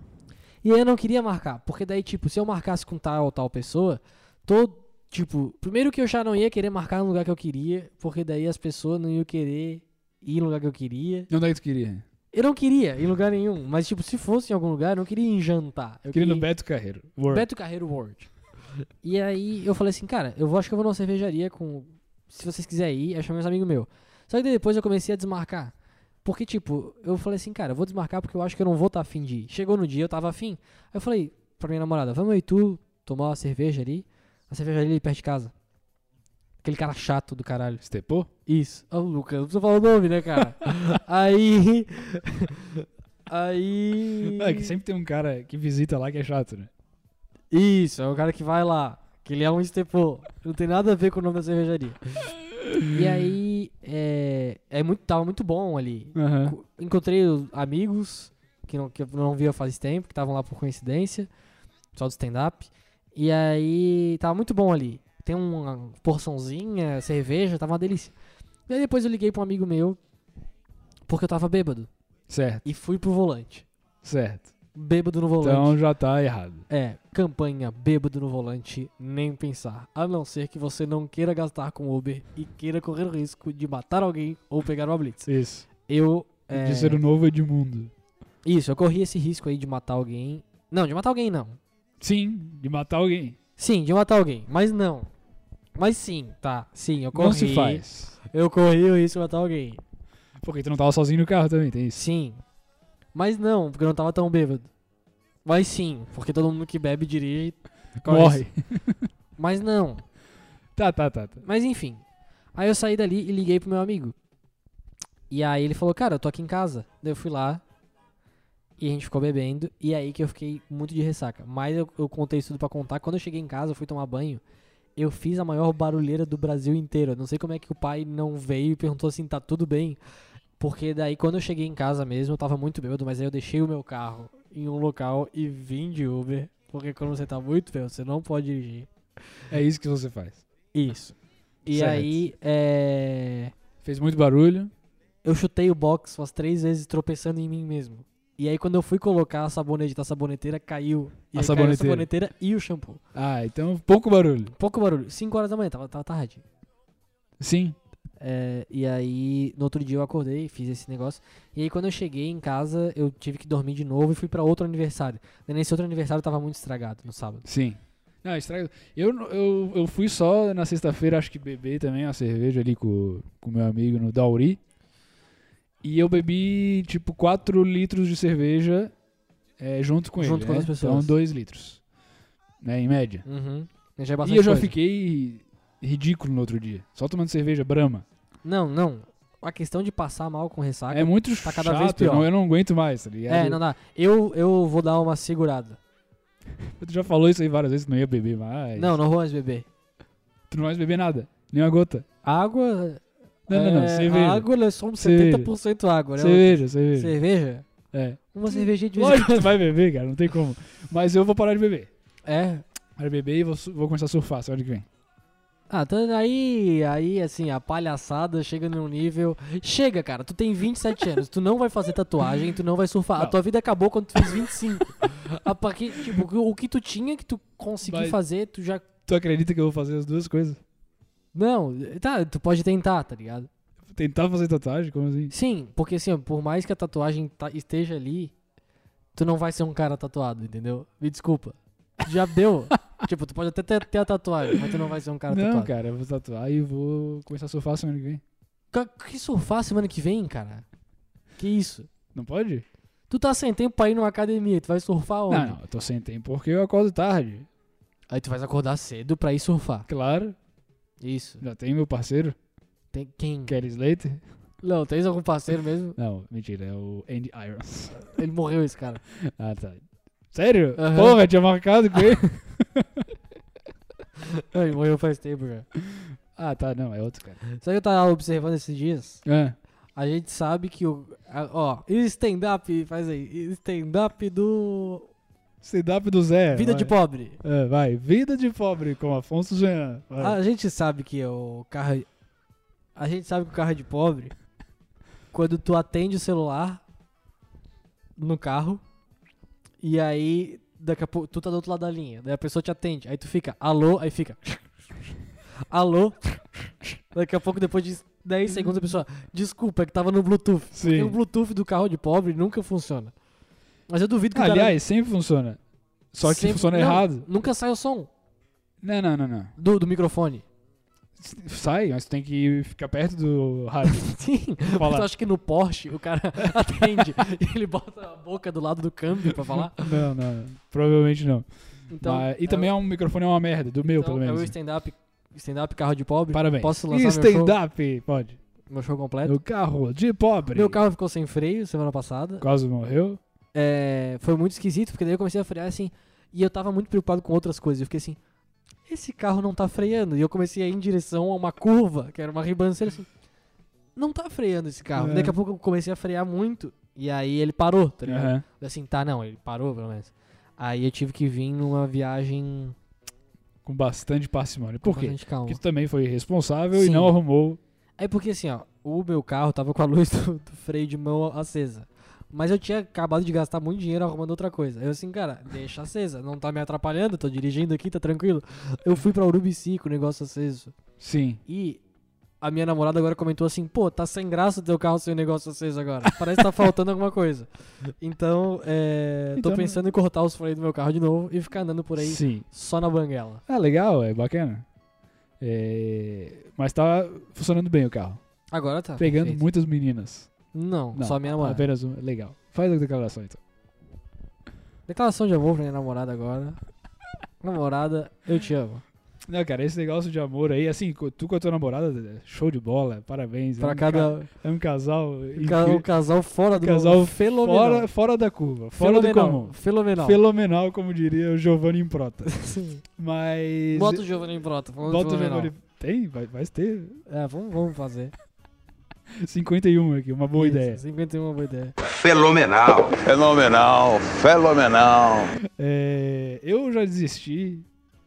A: E aí eu não queria marcar, porque daí, tipo, se eu marcasse com tal ou tal pessoa, tô, tipo, primeiro que eu já não ia querer marcar no lugar que eu queria, porque daí as pessoas não iam querer ir no lugar que eu queria.
B: Onde é que tu queria?
A: Eu não queria ir em lugar nenhum, mas, tipo, se fosse em algum lugar, eu não queria ir em jantar. Eu
B: Queria
A: queria
B: no Beto Carreiro. Word.
A: Beto Carreiro World. E aí eu falei assim, cara, eu vou, acho que eu vou numa cervejaria com. Se vocês quiserem ir, eu chamei uns amigos meus. Só que daí depois eu comecei a desmarcar. Porque, tipo, eu falei assim, cara, eu vou desmarcar porque eu acho que eu não vou estar afim de ir. Chegou no dia, eu tava afim. Aí eu falei pra minha namorada, vamos aí tu tomar uma cerveja ali. A cervejaria ali perto de casa. Aquele cara chato do caralho.
B: Estepô?
A: Isso. Ô, Lucas, não precisa falar o nome, né, cara? aí. aí.
B: É que sempre tem um cara que visita lá que é chato, né?
A: Isso, é o cara que vai lá. Que ele é um estepô. Não tem nada a ver com o nome da cervejaria. e aí, é, é muito, tava muito bom ali.
B: Aham.
A: Co- Encontrei os amigos que, não, que eu não via faz tempo, que estavam lá por coincidência. Só do stand-up. E aí, tava muito bom ali. Tem uma porçãozinha, cerveja, tava uma delícia. E aí depois eu liguei pra um amigo meu, porque eu tava bêbado.
B: Certo.
A: E fui pro volante.
B: Certo.
A: Bêbado no volante.
B: Então já tá errado.
A: É, campanha bêbado no volante, nem pensar. A não ser que você não queira gastar com Uber e queira correr o risco de matar alguém ou pegar uma blitz.
B: Isso.
A: Eu. é,
B: De ser o novo Edmundo.
A: Isso, eu corri esse risco aí de matar alguém. Não, de matar alguém não.
B: Sim, de matar alguém.
A: Sim, de matar alguém, mas não. Mas sim, tá. Sim, eu corri.
B: Como se faz.
A: Eu corri o risco de matar alguém.
B: Porque tu não tava sozinho no carro também, tem isso.
A: Sim. Mas não, porque eu não tava tão bêbado. Mas sim, porque todo mundo que bebe dirige. corre
B: Morre.
A: risco. Mas não.
B: Tá, tá, tá, tá.
A: Mas enfim. Aí eu saí dali e liguei pro meu amigo. E aí ele falou, cara, eu tô aqui em casa. Daí eu fui lá. E a gente ficou bebendo. E é aí que eu fiquei muito de ressaca. Mas eu, eu contei isso tudo pra contar. Quando eu cheguei em casa, eu fui tomar banho. Eu fiz a maior barulheira do Brasil inteiro. Eu Não sei como é que o pai não veio e perguntou assim, tá tudo bem? Porque daí quando eu cheguei em casa mesmo, eu tava muito bêbado, mas aí eu deixei o meu carro em um local e vim de Uber. Porque quando você tá muito bêbado, você não pode dirigir.
B: É isso que você faz.
A: Isso. E
B: Certo.
A: aí, é...
B: Fez muito barulho.
A: eu chutei o box umas três vezes, tropeçando em mim mesmo. E aí, quando eu fui colocar a sabonete da saboneteira, caiu. E
B: A
A: aí Caiu a
B: saboneteira.
A: saboneteira e o shampoo.
B: Ah, então pouco barulho.
A: Pouco barulho. 5 horas da manhã, tava, tava tarde.
B: Sim.
A: É, e aí, no outro dia eu acordei, fiz esse negócio. E aí, quando eu cheguei em casa, eu tive que dormir de novo e fui pra outro aniversário. Daí, Nesse outro aniversário, eu tava muito estragado no sábado.
B: Sim. Não, estraga. Eu, eu, eu fui só na sexta-feira, acho que beber também uma cerveja ali com o meu amigo no Dauri. E eu bebi, tipo, 4 litros de cerveja eh, junto com ele.
A: Junto com
B: né?
A: as pessoas.
B: Então, 2 litros. Né, em média.
A: Uhum. Já é
B: E
A: bastante
B: eu já
A: coisa.
B: fiquei ridículo no outro dia. Só tomando cerveja brama.
A: Não, não. A questão de passar mal com ressaca
B: é muito
A: tá
B: chato.
A: cada vez
B: eu,
A: pior.
B: não, eu não aguento mais, tá ligado?
A: É, não dá. Eu, eu vou dar uma segurada.
B: Tu já falou isso aí várias vezes, que não ia beber mais.
A: Não, não vou mais beber.
B: Tu não vai beber nada. Nem uma gota.
A: Água.
B: Não, não, não.
A: é,
B: Cerveja.
A: A água nós somos
B: Cerveja.
A: 70% água, né?
B: Cerveja, cerveja.
A: Cerveja?
B: É.
A: Uma cervejinha de vez em
B: Lógico que tu vai beber, cara. Não tem como. Mas eu vou parar de beber.
A: quando. É.
B: Parar de beber e vou, su- vou começar a surfar, sabe que vem.
A: Ah, então aí, aí, assim, a palhaçada chega num nível. Chega, cara, tu tem 27 anos, tu não vai fazer tatuagem, tu não vai surfar. A
B: Não.
A: tua vida acabou quando tu fez 25. a, pa- que, tipo, o que tu tinha que tu conseguiu
B: Mas-
A: fazer, tu já.
B: Tu acredita que eu vou fazer as duas coisas?
A: Não, tá, tu pode tentar, tá ligado?
B: Tentar fazer tatuagem? Como assim?
A: Sim, porque assim, ó, por mais que a tatuagem ta- esteja ali, tu não vai ser um cara tatuado, entendeu? Me desculpa. Já deu. tipo, tu pode até ter, ter a tatuagem, mas tu não vai ser um cara
B: não,
A: tatuado.
B: cara. Eu vou tatuar e vou começar a surfar semana que vem.
A: Ca- Que surfar semana que vem, cara? Que isso?
B: Não pode?
A: Tu tá sem tempo pra ir numa academia, tu vai surfar onde?
B: Não, não. Eu tô sem tempo porque eu acordo tarde.
A: Aí tu vais acordar cedo pra ir surfar.
B: Claro.
A: Isso.
B: Já tem meu parceiro,
A: Tem quem?
B: Kelly Slater.
A: Não, tens algum parceiro mesmo?
B: Não, mentira, é o Andy Irons.
A: Ele morreu, esse cara.
B: Ah, tá. Sério?
A: Aham.
B: Porra, tinha marcado com ele.
A: Ele morreu faz tempo já.
B: ah, tá, não, é outro cara.
A: Sabe o que eu tava observando esses dias?
B: Ah,
A: A gente sabe que o. a- Ó, stand-up, faz aí. Stand-up do.
B: stand-up do Zé.
A: Vida
B: É, vai.
A: de pobre.
B: Ah, vai, Vida de Pobre com Afonso Jean. vai.
A: A gente sabe que o carro. A gente sabe que o carro é de pobre. Quando tu atende o celular no carro. E aí, daqui a pouco, tu tá do outro lado da linha. Daí a pessoa te atende. Aí tu fica, alô, aí fica. Alô. Daqui a pouco, depois de 10 segundos, a pessoa. Desculpa, é que tava no Bluetooth. Porque
B: Sim.
A: o Bluetooth do carro de pobre nunca funciona. Mas eu duvido que o cara
B: Ah, Aliás, sempre funciona. Só que
A: sempre-
B: funciona
A: Não,
B: errado.
A: Nunca sai o som
B: Não, não, não, não.
A: do, do microfone.
B: S- Sai, mas tem que ficar perto do rádio.
A: Sim.
B: Fala.
A: Tu acha que no Porsche o cara atende e ele bota a boca do lado do câmbio pra falar?
B: não, não, não. Provavelmente não.
A: Então,
B: Mas- e
A: é
B: também é um microfone, é uma merda. Do meu,
A: então,
B: pelo
A: é
B: menos.
A: o stand-up, stand-up carro de pobre.
B: Parabéns.
A: Posso lançar meu show,
B: stand-up, pode.
A: meu show completo?
B: O carro de pobre.
A: É Meu carro ficou sem freio semana passada.
B: Quase morreu.
A: É, foi muito esquisito, porque daí eu comecei a frear assim. E eu tava muito preocupado com outras coisas. Eu fiquei assim, esse carro não tá freando. E eu comecei a ir em direção a uma curva, que era uma ribanceira assim. Não tá freando esse carro.
B: É.
A: Daqui a pouco eu comecei a frear muito. E aí ele parou, tá ligado?
B: Aham.
A: Eu Assim, tá, não, ele parou pelo menos. Aí eu tive que vir numa viagem
B: Com bastante parcimônia.
A: com
B: Por quê?
A: bastante calma.
B: Porque tu também foi responsável e
A: Sim.
B: não arrumou.
A: É porque assim, ó, o meu carro tava com a luz do, do freio de mão acesa. Mas eu tinha acabado de gastar muito dinheiro arrumando outra coisa. Eu assim, cara, deixa acesa, não tá me atrapalhando, tô dirigindo aqui, tá tranquilo. Eu fui pra Urubici com o negócio aceso.
B: Sim.
A: E a minha namorada agora comentou assim, pô, tá sem graça o teu carro sem o negócio aceso agora. Parece que tá faltando alguma coisa. Então, é,
B: Então-
A: tô pensando em cortar os freios do meu carro de novo e ficar andando por aí
B: Sim.
A: só na banguela.
B: Ah, legal, é bacana. É, Mas tá funcionando bem o carro.
A: Agora tá.
B: Pegando
A: perfeito.
B: muitas meninas.
A: Não,
B: Não,
A: só a minha namorada.
B: Apenas uma. Legal. Faz a declaração então.
A: Declaração de amor pra minha namorada agora. namorada, eu te amo.
B: Não, cara, esse negócio de amor aí, assim, co- tu com a tua namorada, Dedé, show de bola, parabéns. é
A: Pra
B: um ca-
A: cada
B: É um casal.
A: ca-
B: incrível.
A: um casal fora do
B: casal
A: fenomenal.
B: fora, fora da curva, fora
A: fenomenal.
B: do comum.
A: Fenomenal.
B: Fenomenal, como diria o Giovanni Improta.
A: Sim.
B: Mas.
A: Bota o Giovanni Brota. Vamos
B: Bota o
A: fenomenal.
B: Giovanni. Tem, vai, vai ter
A: É, vamos, vamos fazer.
B: 51 aqui, uma boa
A: Isso,
B: ideia.
A: 51 é uma boa ideia.
F: Fenomenal. Fenomenal. Fenomenal.
B: É, eu já desisti,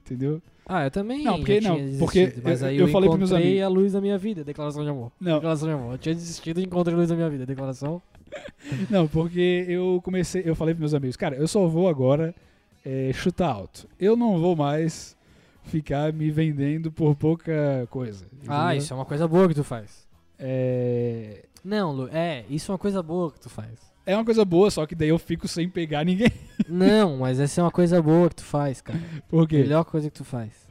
B: entendeu?
A: Ah, eu também.
B: Não, porque
A: já
B: não,
A: tinha desistido,
B: porque
A: mas
B: eu-
A: aí
B: eu
A: eu,
B: falei pros meus
A: encontrei
B: amigos.
A: a luz da minha vida. Declaração de amor.
B: Não,
A: Declaração de amor. Eu tinha desistido e encontrei a luz da minha vida. Declaração.
B: não, porque eu comecei, eu falei pros meus amigos, cara, eu só vou agora é, chutar alto. Eu não vou mais ficar me vendendo por pouca coisa.
A: Ah,
B: entendeu?
A: isso é uma coisa boa que tu faz.
B: É,
A: Não, Lu, é, isso é uma coisa boa que tu faz.
B: é uma coisa boa, só que daí eu fico sem pegar ninguém.
A: Não, mas essa é uma coisa boa que tu faz, cara.
B: Por quê?
A: Melhor coisa que tu faz.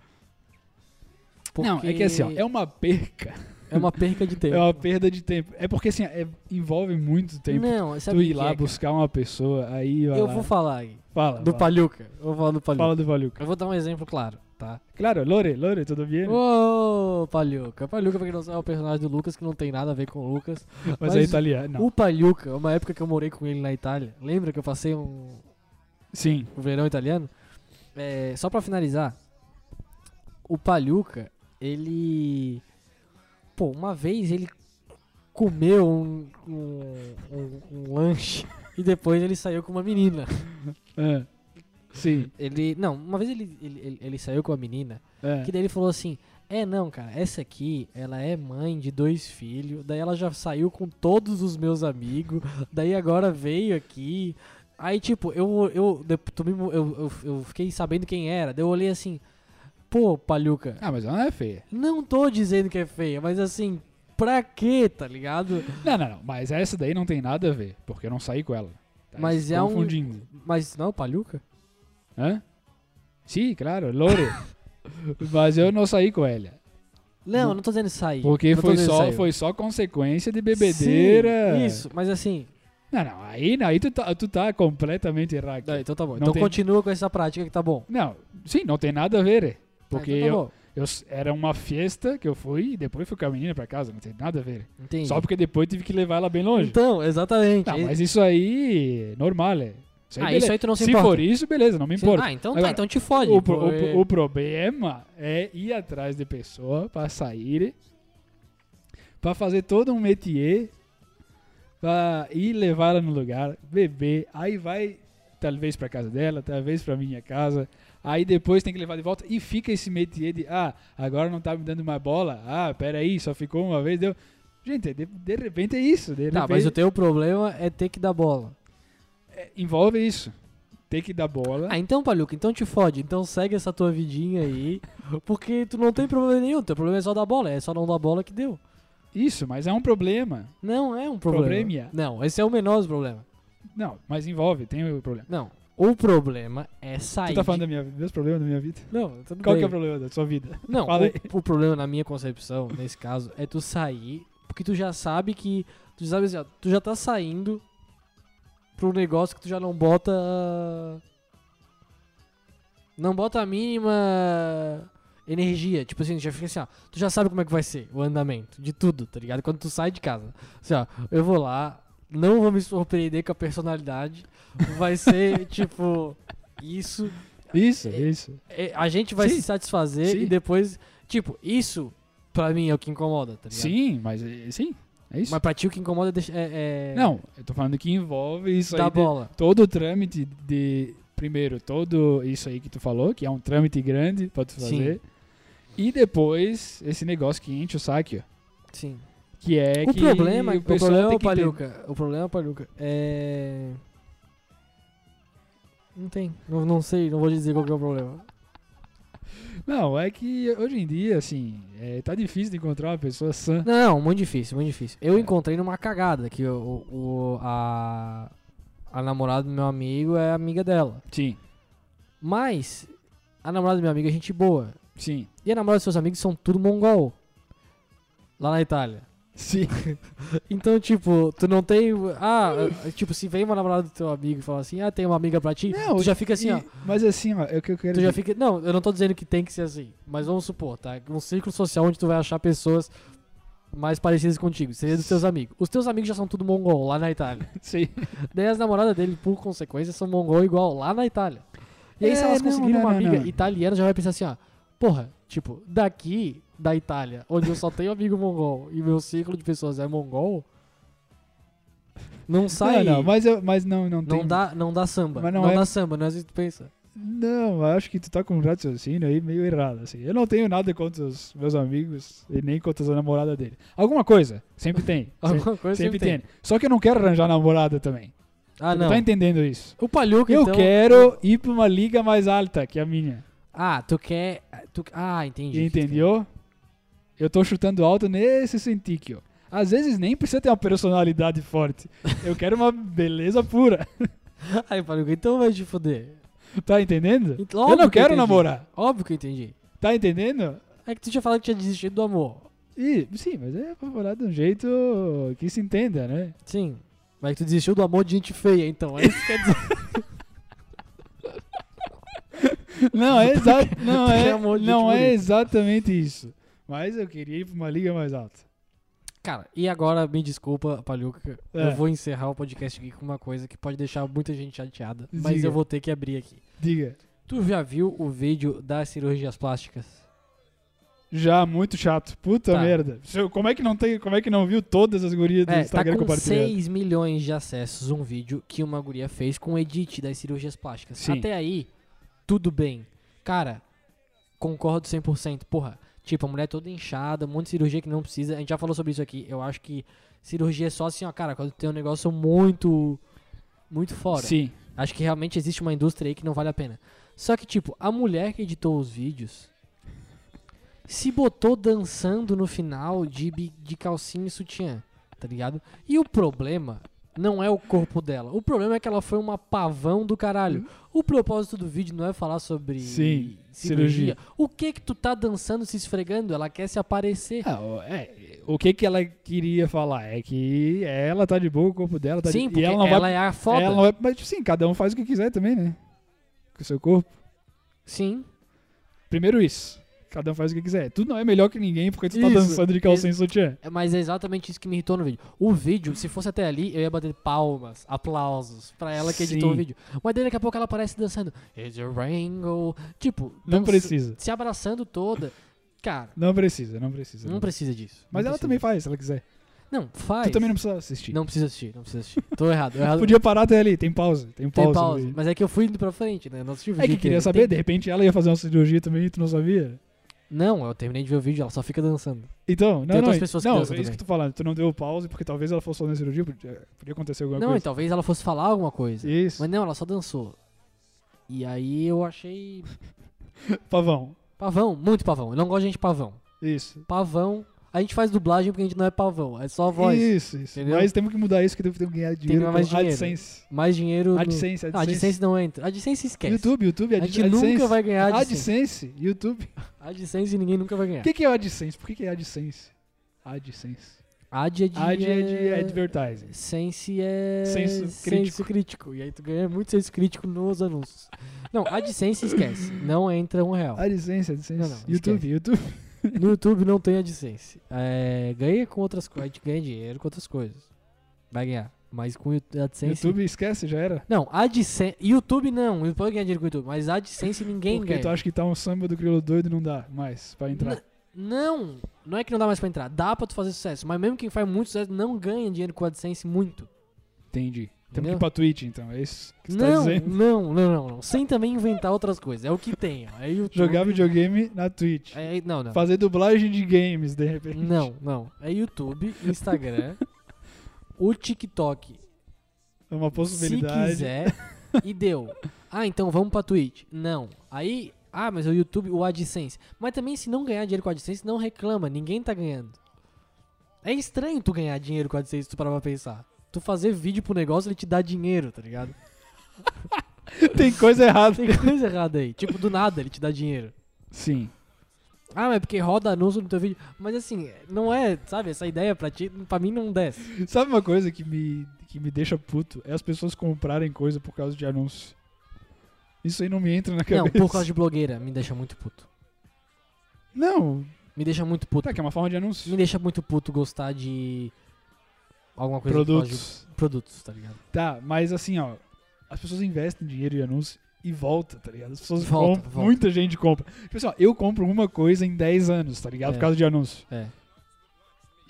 B: Não, é que assim, ó, é
A: é, um-
B: uma perca.
A: uma perca de tempo.
B: É uma perda de tempo. É porque assim, é- envolve muito tempo.
A: Não, sabe
B: tu
A: o que
B: ir lá
A: é, cara?
B: buscar uma pessoa, aí vai
A: Eu
B: lá.
A: vou falar aí,
B: Fala.
A: do
B: fala.
A: Paluca. Eu vou falar do Paluca.
B: Fala do Valuca.
A: Eu vou dar um exemplo claro, tá?
B: Claro, Lore, Lore, tudo bem?
A: Ô, Paluca. Paluca, pra quem não sabe, é o personagem do Lucas que não tem nada a ver com o Lucas.
B: mas,
A: mas
B: é italiano. Não.
A: O Paluca, uma época que eu morei com ele na Itália, lembra que eu passei um,
B: Sim.
A: o verão italiano. É, só pra finalizar, o Paluca, ele. Pô, uma vez ele comeu um, um- um- um lanche e depois ele saiu com uma menina.
B: Ah, sim.
A: Ele. Não, uma vez ele, ele, ele- ele saiu com uma menina,
B: ah.
A: que daí ele falou assim. É, não, cara, essa aqui, ela é mãe de dois filhos, daí ela já saiu com todos os meus amigos, daí agora veio aqui, Aí, tipo, eu, eu, de- tu me mo- eu, eu, eu fiquei sabendo quem era. Daí eu olhei assim, pô, Palhuca,
B: Ah, mas ela não é feia.
A: não tô dizendo que é feia, mas assim, pra quê, tá ligado?
B: Não, não, não. Mas essa daí não tem nada a ver, porque eu não saí com ela. Tá
A: Mas
B: se
A: é um-
B: confundindo.
A: Mas não, Palhuca?
B: Hã? Sim, claro, Lore. mas eu não saí com ela.
A: Não, não tô dizendo sair.
B: Porque
A: não tô
B: foi
A: dizendo
B: só,
A: saiu.
B: foi só consequência de bebedeira.
A: Sim, isso, mas assim,
B: Não, não. Aí, não, aí tu, tá, tu tá completamente errado.
A: não, então tá bom.
B: Não
A: então
B: tem-
A: continua com essa prática que tá bom.
B: Não, sim, não tem nada a ver. eh. Porque
A: ah, então tá
B: eu,
A: bom.
B: eu s- era uma fiesta que eu fui e depois fui com a menina pra casa, não tem nada a ver.
A: Entendi.
B: Só porque depois tive que levar ela bem longe.
A: Então, exatamente.
B: Não, Tá, mas isso aí, normal, é.
A: Ah,
B: beleza.
A: isso aí tu não se
B: Se
A: importa.
B: for isso, beleza, não me importa.
A: Ah, então
B: Agora,
A: tá, então te fode.
B: o, pro-
A: pô,
B: o pro-
A: é-
B: o problema é ir atrás de pessoa pra sair, pra fazer todo um métier, pra ir levar ela no lugar, beber, aí vai talvez pra casa dela, talvez pra minha casa, aí depois tem que levar de volta e fica esse métier de, ah, agora não tá me dando mais bola, ah, peraí, só ficou uma vez, deu... Gente, de, de repente é isso, de
A: Tá,
B: repente
A: mas o teu problema é ter que dar bola.
B: é- envolve isso. Tem que dar bola.
A: Ah, então, Paluca, então te fode. Então segue essa tua vidinha aí. Porque tu não tem problema nenhum. Teu problema é só dar bola. É só não dar bola que deu.
B: Isso, mas é um problema.
A: Não é um problema.
B: Probleminha.
A: Não, esse é o menor dos problemas.
B: Não, mas envolve, tem o problema.
A: Não. O problema é sair.
B: Tu tá falando da minha vida, dos problemas da minha vida?
A: de... Não, tudo
B: Qual
A: bem.
B: que é o problema da sua vida?
A: Não,
B: Fala aí.
A: o, o problema, na minha concepção, nesse caso, é tu sair. Porque tu já sabe que. Tu já sabe assim, ó, tu já tá saindo pro negócio que tu já não bota. Não bota a mínima energia. Tipo assim, já fica assim, ó. Tu já sabe como é que vai ser o andamento de tudo, tá ligado? Quando tu sai de casa. Assim, ó, eu vou lá, não vou me surpreender com a personalidade. Vai ser, tipo, isso.
B: Isso, isso.
A: É, a gente vai
B: Sim.
A: se satisfazer
B: Sim.
A: e depois, tipo, isso pra mim é o que incomoda, tá ligado?
B: Sim, mas é- sim, é isso.
A: Mas pra ti o que incomoda é deixa- é, é
B: Não, eu tô falando que envolve isso
A: dar
B: aí. de-
A: bola.
B: todo o trâmite de. Primeiro, todo isso aí que tu falou, que é um trâmite grande pra tu
A: Sim.
B: fazer. E depois, esse negócio que enche o saque, ó.
A: Sim.
B: Que é
A: o
B: que
A: problema, o,
B: o pessoal
A: problema é
B: tem
A: o
B: que ter-
A: Paluca. O problema é o Paluca. É. Não tem. Não, não sei, não vou dizer qual que é o problema.
B: Não, é que hoje em dia, assim, é, tá difícil de encontrar uma pessoa sã.
A: Não, muito difícil, muito difícil. Eu encontrei numa cagada que o, o- a, a namorada do meu amigo é amiga dela.
B: Sim,
A: Mas a namorada do meu amigo é gente boa.
B: sim,
A: E a namorada dos seus amigos são tudo mongol. Lá na Itália.
B: sim.
A: Então, tipo, tu não tem. Ah, eh, tipo, se vem uma namorada do teu amigo e fala assim, ah, tem uma amiga pra ti,
B: Não,
A: tu já fica assim,
B: E-
A: ó.
B: Mas assim, ó, é o que eu quero
A: Tu já
B: dizer.
A: fica. Não, eu não tô dizendo que tem que ser assim. Mas vamos supor, tá? Um círculo social onde tu vai achar pessoas mais parecidas contigo. Seria dos teus amigos. Os teus amigos já são tudo mongol lá na Itália.
B: Sim.
A: Daí as namoradas dele, por consequência, são mongol igual lá na Itália. E aí, se
B: É,
A: elas
B: não,
A: conseguirem
B: não,
A: uma
B: não,
A: amiga
B: não.
A: italiana, já vai pensar assim, ó. Porra, tipo, daqui da Itália, onde eu só tenho amigo mongol e meu círculo de pessoas é mongol, não sai.
B: Não, não, mas, eu, mas não, não,
A: não
B: tem-
A: dá, não dá samba.
B: Mas
A: não
B: não é-
A: dá samba, não é assim que tu pensa.
B: Não, eu acho que tu tá com um raciocínio aí meio errado, assim. Eu não tenho nada contra os meus amigos e nem contra a namorada dele. Alguma coisa, sempre tem. sempre,
A: Alguma coisa
B: sempre tem. Só que eu não quero arranjar namorada também.
A: Ah,
B: tu
A: não.
B: tá entendendo isso?
A: O Palhuca,
B: eu
A: então...
B: quero ir pra uma liga mais alta que a minha.
A: Ah, tu quer... Tu... Ah, entendi.
B: Entendeu? Eu tô chutando alto nesse sentido. Às vezes nem precisa ter uma personalidade forte. Eu quero uma beleza pura.
A: Aí, Palhuca, então vai te fuder.
B: Tá entendendo?
A: Ent-
B: eu
A: Então, óbvio
B: não
A: que
B: quero
A: entendi.
B: namorar.
A: Óbvio que eu entendi.
B: Tá entendendo?
A: É que tu tinha falado que tinha desistido do amor.
B: E, sim, mas é pra falar de um jeito que se entenda, né?
A: Sim. Mas é tu desistiu do amor de gente feia, então. É isso que quer dizer.
B: Não, é, exa não
A: Porque
B: é,
A: é amor de
B: não
A: gente
B: é
A: bonita.
B: exatamente isso. Mas eu queria ir pra uma liga mais alta.
A: Cara, e agora, me desculpa, Paluca.
B: É.
A: Eu vou encerrar o podcast aqui com uma coisa que pode deixar muita gente chateada. Mas
B: Diga.
A: eu vou ter que abrir aqui.
B: Diga,
A: Tu já viu o vídeo das cirurgias plásticas?
B: já muito chato. Puta
A: Tá.
B: merda. Se eu- Como é que não tem, como é que não viu todas as gurias do
A: É, tá
B: Instagram
A: com
B: compartilhando?
A: 6 milhões de acessos um vídeo que uma guria fez com o edit das cirurgias plásticas.
B: Sim.
A: Até aí, tudo bem. Cara, concordo 100%. Porra, tipo, a mulher toda inchada, um monte de cirurgia que não precisa. A gente já falou sobre isso aqui. Eu acho que cirurgia é só assim, ó, cara, quando tem um negócio muito. Muito fora.
B: Sim.
A: Acho que realmente existe uma indústria aí que não vale a pena. Só que, tipo, a mulher que editou os vídeos se botou dançando no final de, bi- de calcinha e sutiã, tá ligado? E o problema não é o corpo dela. O problema é que ela foi uma pavão do caralho. O propósito do vídeo não é falar sobre
B: Uhum. Sim, cirurgia.
A: cirurgia. O que que tu tá dançando, se esfregando? Ela quer se aparecer.
B: Ah, o- é, o que que ela queria falar é que ela tá de boa, o corpo dela tá
A: Sim,
B: de...
A: porque
B: e
A: ela,
B: ela não vai
A: é a foda.
B: Ela não é, mas sim, cada um faz o que quiser também, né? Com o seu corpo.
A: Sim.
B: Primeiro isso. Cada um faz o que quiser. Tu não é melhor que ninguém porque tu tá
A: Isso,
B: dançando de calcinha e sutiã.
A: É, Mas é exatamente isso que me irritou no vídeo. O vídeo, se fosse até ali, eu ia bater palmas, aplausos pra ela que editou
B: Sim.
A: o vídeo. Mas daí daqui a pouco ela aparece dançando. It's a Rango. Tipo,
B: Não
A: dança-
B: precisa.
A: Se abraçando toda. Cara,
B: Não precisa, não precisa.
A: não precisa disso.
B: Mas ela
A: Não precisa.
B: também faz, se ela quiser.
A: Não, faz.
B: Tu também não precisa assistir.
A: Não precisa assistir, não precisa assistir. Tô errado, eu errado.
B: Podia parar até ali, tem pausa. Tem pausa.
A: ter
B: no
A: pausa.
B: vídeo.
A: Mas é que eu fui indo pra frente, né? Eu Não assisti o
B: É
A: vídeo
B: que queria
A: inteiro.
B: saber, de
A: Tem-
B: repente ela ia fazer uma cirurgia também e tu não sabia?
A: Não, eu terminei de ver o vídeo, ela só fica dançando.
B: Então, não,
A: Tem outras
B: não,
A: pessoas que
B: não, é
A: dançam
B: isso
A: também.
B: que eu tô falando. Tu não deu pausa porque talvez ela fosse fazer uma cirurgia, podia, podia acontecer alguma
A: Não, e
B: coisa.
A: talvez ela fosse falar alguma coisa.
B: Isso.
A: Mas não, ela só dançou. E aí eu achei.
B: Pavão.
A: Pavão, muito pavão. Eu não gosto de gente pavão.
B: Isso.
A: pavão. A gente faz dublagem porque a gente não é pavão, é só voz.
B: Isso, isso.
A: entendeu?
B: Mas temos que mudar isso que temos que ganhar dinheiro
A: ganhar mais
B: com
A: dinheiro.
B: AdSense.
A: Mais dinheiro. no-
B: AdSense,
A: Não,
B: AdSense.
A: AdSense não entra. AdSense esquece.
B: YouTube, YouTube,
A: a
B: Ad-
A: gente
B: AdSense.
A: nunca vai ganhar AdSense.
B: AdSense, YouTube.
A: AdSense ninguém nunca vai
B: O
A: ganhar.
B: que, que é o AdSense? Por que, que é AdSense? AdSense.
A: Ad é de.
B: Ad é de
A: é-
B: advertising.
A: Sense é.
B: Senso crítico.
A: senso crítico. E aí tu ganha muito senso crítico nos anúncios. Não, AdSense esquece. Não entra um real.
B: AdSense, AdSense.
A: Não, não,
B: YouTube,
A: esquece.
B: YouTube.
A: No YouTube não tem AdSense. É, ganha com outras coisas. A gente ganha dinheiro com outras coisas. Vai ganhar. Mas com o AdSense.
B: YouTube, esquece, já era.
A: Não, AdSense. YouTube não, eu pode ganhar dinheiro com o YouTube, mas AdSense ninguém
B: Porque
A: ganha.
B: tu acha que tá um samba do crioulo doido e não dá mais pra entrar.
A: N- Não, não é que não dá mais pra entrar. Dá pra tu fazer sucesso, mas mesmo quem faz muito sucesso não ganha dinheiro com AdSense muito.
B: Entendi. Temos que
A: Entendeu?
B: ir pra Twitch, então. É isso que você tá
A: Não,
B: dizendo?
A: não, não, não, não. Sem também inventar outras coisas. É o que tem. ó. É YouTube.
B: Jogar videogame na Twitch.
A: É, é- não, não.
B: Fazer dublagem de games, de repente.
A: Não, não. É YouTube, Instagram, o TikTok,
B: É uma
A: se
B: possibilidade.
A: quiser, e deu. Ah, então vamos pra Twitch. Não. Aí, ah, mas o YouTube, o AdSense. Mas também se não ganhar dinheiro com o AdSense, não reclama, ninguém tá ganhando. É estranho tu ganhar dinheiro com o AdSense, se tu parar pra pensar. Tu fazer vídeo pro negócio, ele te dá dinheiro, tá ligado?
B: Tem coisa errada.
A: Tem coisa errada aí. Tipo, do nada ele te dá dinheiro.
B: Sim.
A: Ah, mas porque roda anúncio no teu vídeo. Mas assim, não é, sabe, essa ideia pra ti, pra mim não desce.
B: Sabe uma coisa que me, que me deixa puto? É as pessoas comprarem coisa por causa de anúncio. Isso aí não me entra na cabeça.
A: Não, por causa de blogueira, me deixa muito puto.
B: Não,
A: Me deixa muito puto.
B: tá, que é uma forma de anúncio.
A: Me deixa muito puto gostar de alguma coisa. por causa de
B: Produtos.
A: produtos, tá ligado?
B: Tá, mas assim, ó. As pessoas investem dinheiro em anúncio e volta, tá ligado? As pessoas
A: Volta,
B: compram,
A: volta.
B: muita gente compra. Tipo assim, ó, eu compro uma coisa em 10 anos, tá ligado?
A: É.
B: Por causa de anúncio.
A: É.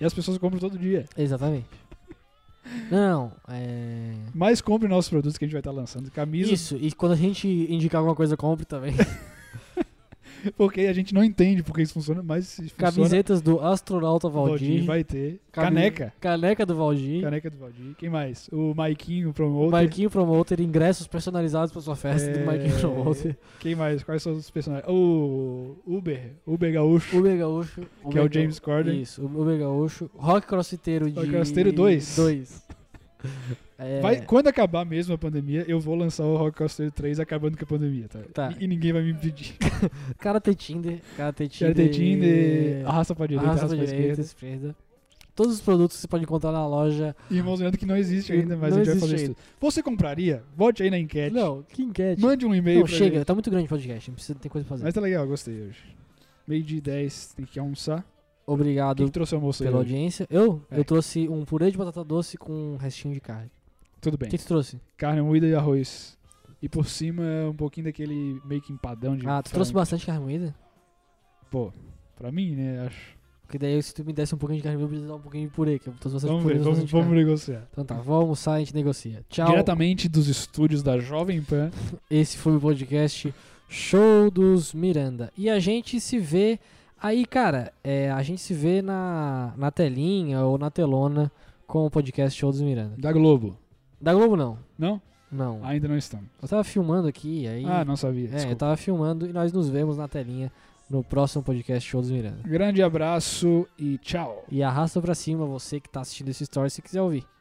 B: E as pessoas compram todo dia.
A: Exatamente. Não, é.
B: Mas compre nossos produtos que a gente vai estar lançando. Camisa,
A: Isso, e quando a gente indicar alguma coisa, compre também.
B: porque a gente não entende porque isso funciona, mas se funciona,
A: Camisetas do astronauta
B: o Valdir
A: Valdir.
B: vai ter.
A: Cami-
B: Caneca.
A: Caneca do Valdir.
B: Caneca do Valdir. Quem mais? O Maiquinho Promoter.
A: Marquinho Promoter, ingressos personalizados pra sua festa
B: É.
A: do Marquinho Promoter.
B: Quem mais? Quais são os personagens? O Uber. Uber Gaúcho.
A: Uber Gaúcho.
B: Que é o James Corden.
A: Isso, o Uber Gaúcho. Rock Crossfiteiro de.
B: Rock Crossfiteiro dois.
A: Dois. É,
B: Vai, quando acabar mesmo a pandemia, eu vou lançar o Rock Coaster 3 acabando com a pandemia, tá?
A: Tá.
B: E, e ninguém vai me impedir.
A: Cara ter Tinder. Cara ter Tinder.
B: Quero ter Tinder, arrasta pra direita, arrasta,
A: Arrasta pra
B: pra
A: direita,
B: esquerda.
A: esquerda. Todos os produtos que você pode encontrar na loja.
B: E Irmãozinhando que não existe ainda, mas
A: Não
B: a gente vai
A: existe
B: fazer isso tudo. Você compraria? Vote aí na enquete.
A: Não, que enquete.
B: Mande um e-mail
A: Não,
B: pra
A: chega,
B: gente.
A: tá muito grande o podcast, não precisa ter coisa pra fazer.
B: Mas tá legal, gostei hoje. Meio de 10, tem que almoçar. Quem
A: Obrigado
B: que trouxe o almoço aí
A: pela
B: hoje?
A: audiência. Eu?
B: É.
A: Eu trouxe um purê de batata doce com um restinho de carne.
B: Tudo
A: O
B: bem.
A: que tu trouxe?
B: Carne moída e arroz. E por cima, um pouquinho daquele meio que empadão de
A: Ah, tu
B: frango.
A: trouxe bastante carne moída?
B: Pô, pra mim, né, acho.
A: Porque daí se tu me desse um pouquinho de carne moída, eu precisava dar um pouquinho de purê, que eu trouxe bastante
B: Vamos
A: purê.
B: ver,
A: eu trouxe
B: vamos,
A: bastante
B: vamos
A: carne.
B: negociar.
A: Então tá, vamos almoçar, a gente negocia. Tchau.
B: Diretamente dos estúdios da Jovem Pan.
A: Esse foi o podcast Show dos Miranda. E a gente se vê aí, cara. é, a gente se vê na, na telinha ou na telona com o podcast Show dos Miranda.
B: Da Globo.
A: Da Globo, não.
B: Não?
A: Não.
B: Ainda não estamos.
A: Eu tava filmando aqui, aí.
B: Ah, não sabia.
A: é, eu
B: desculpa.
A: tava filmando e nós nos vemos na telinha no próximo podcast Show dos Miranda.
B: Grande abraço e tchau.
A: E arrasta pra cima você que tá assistindo esse story se quiser ouvir.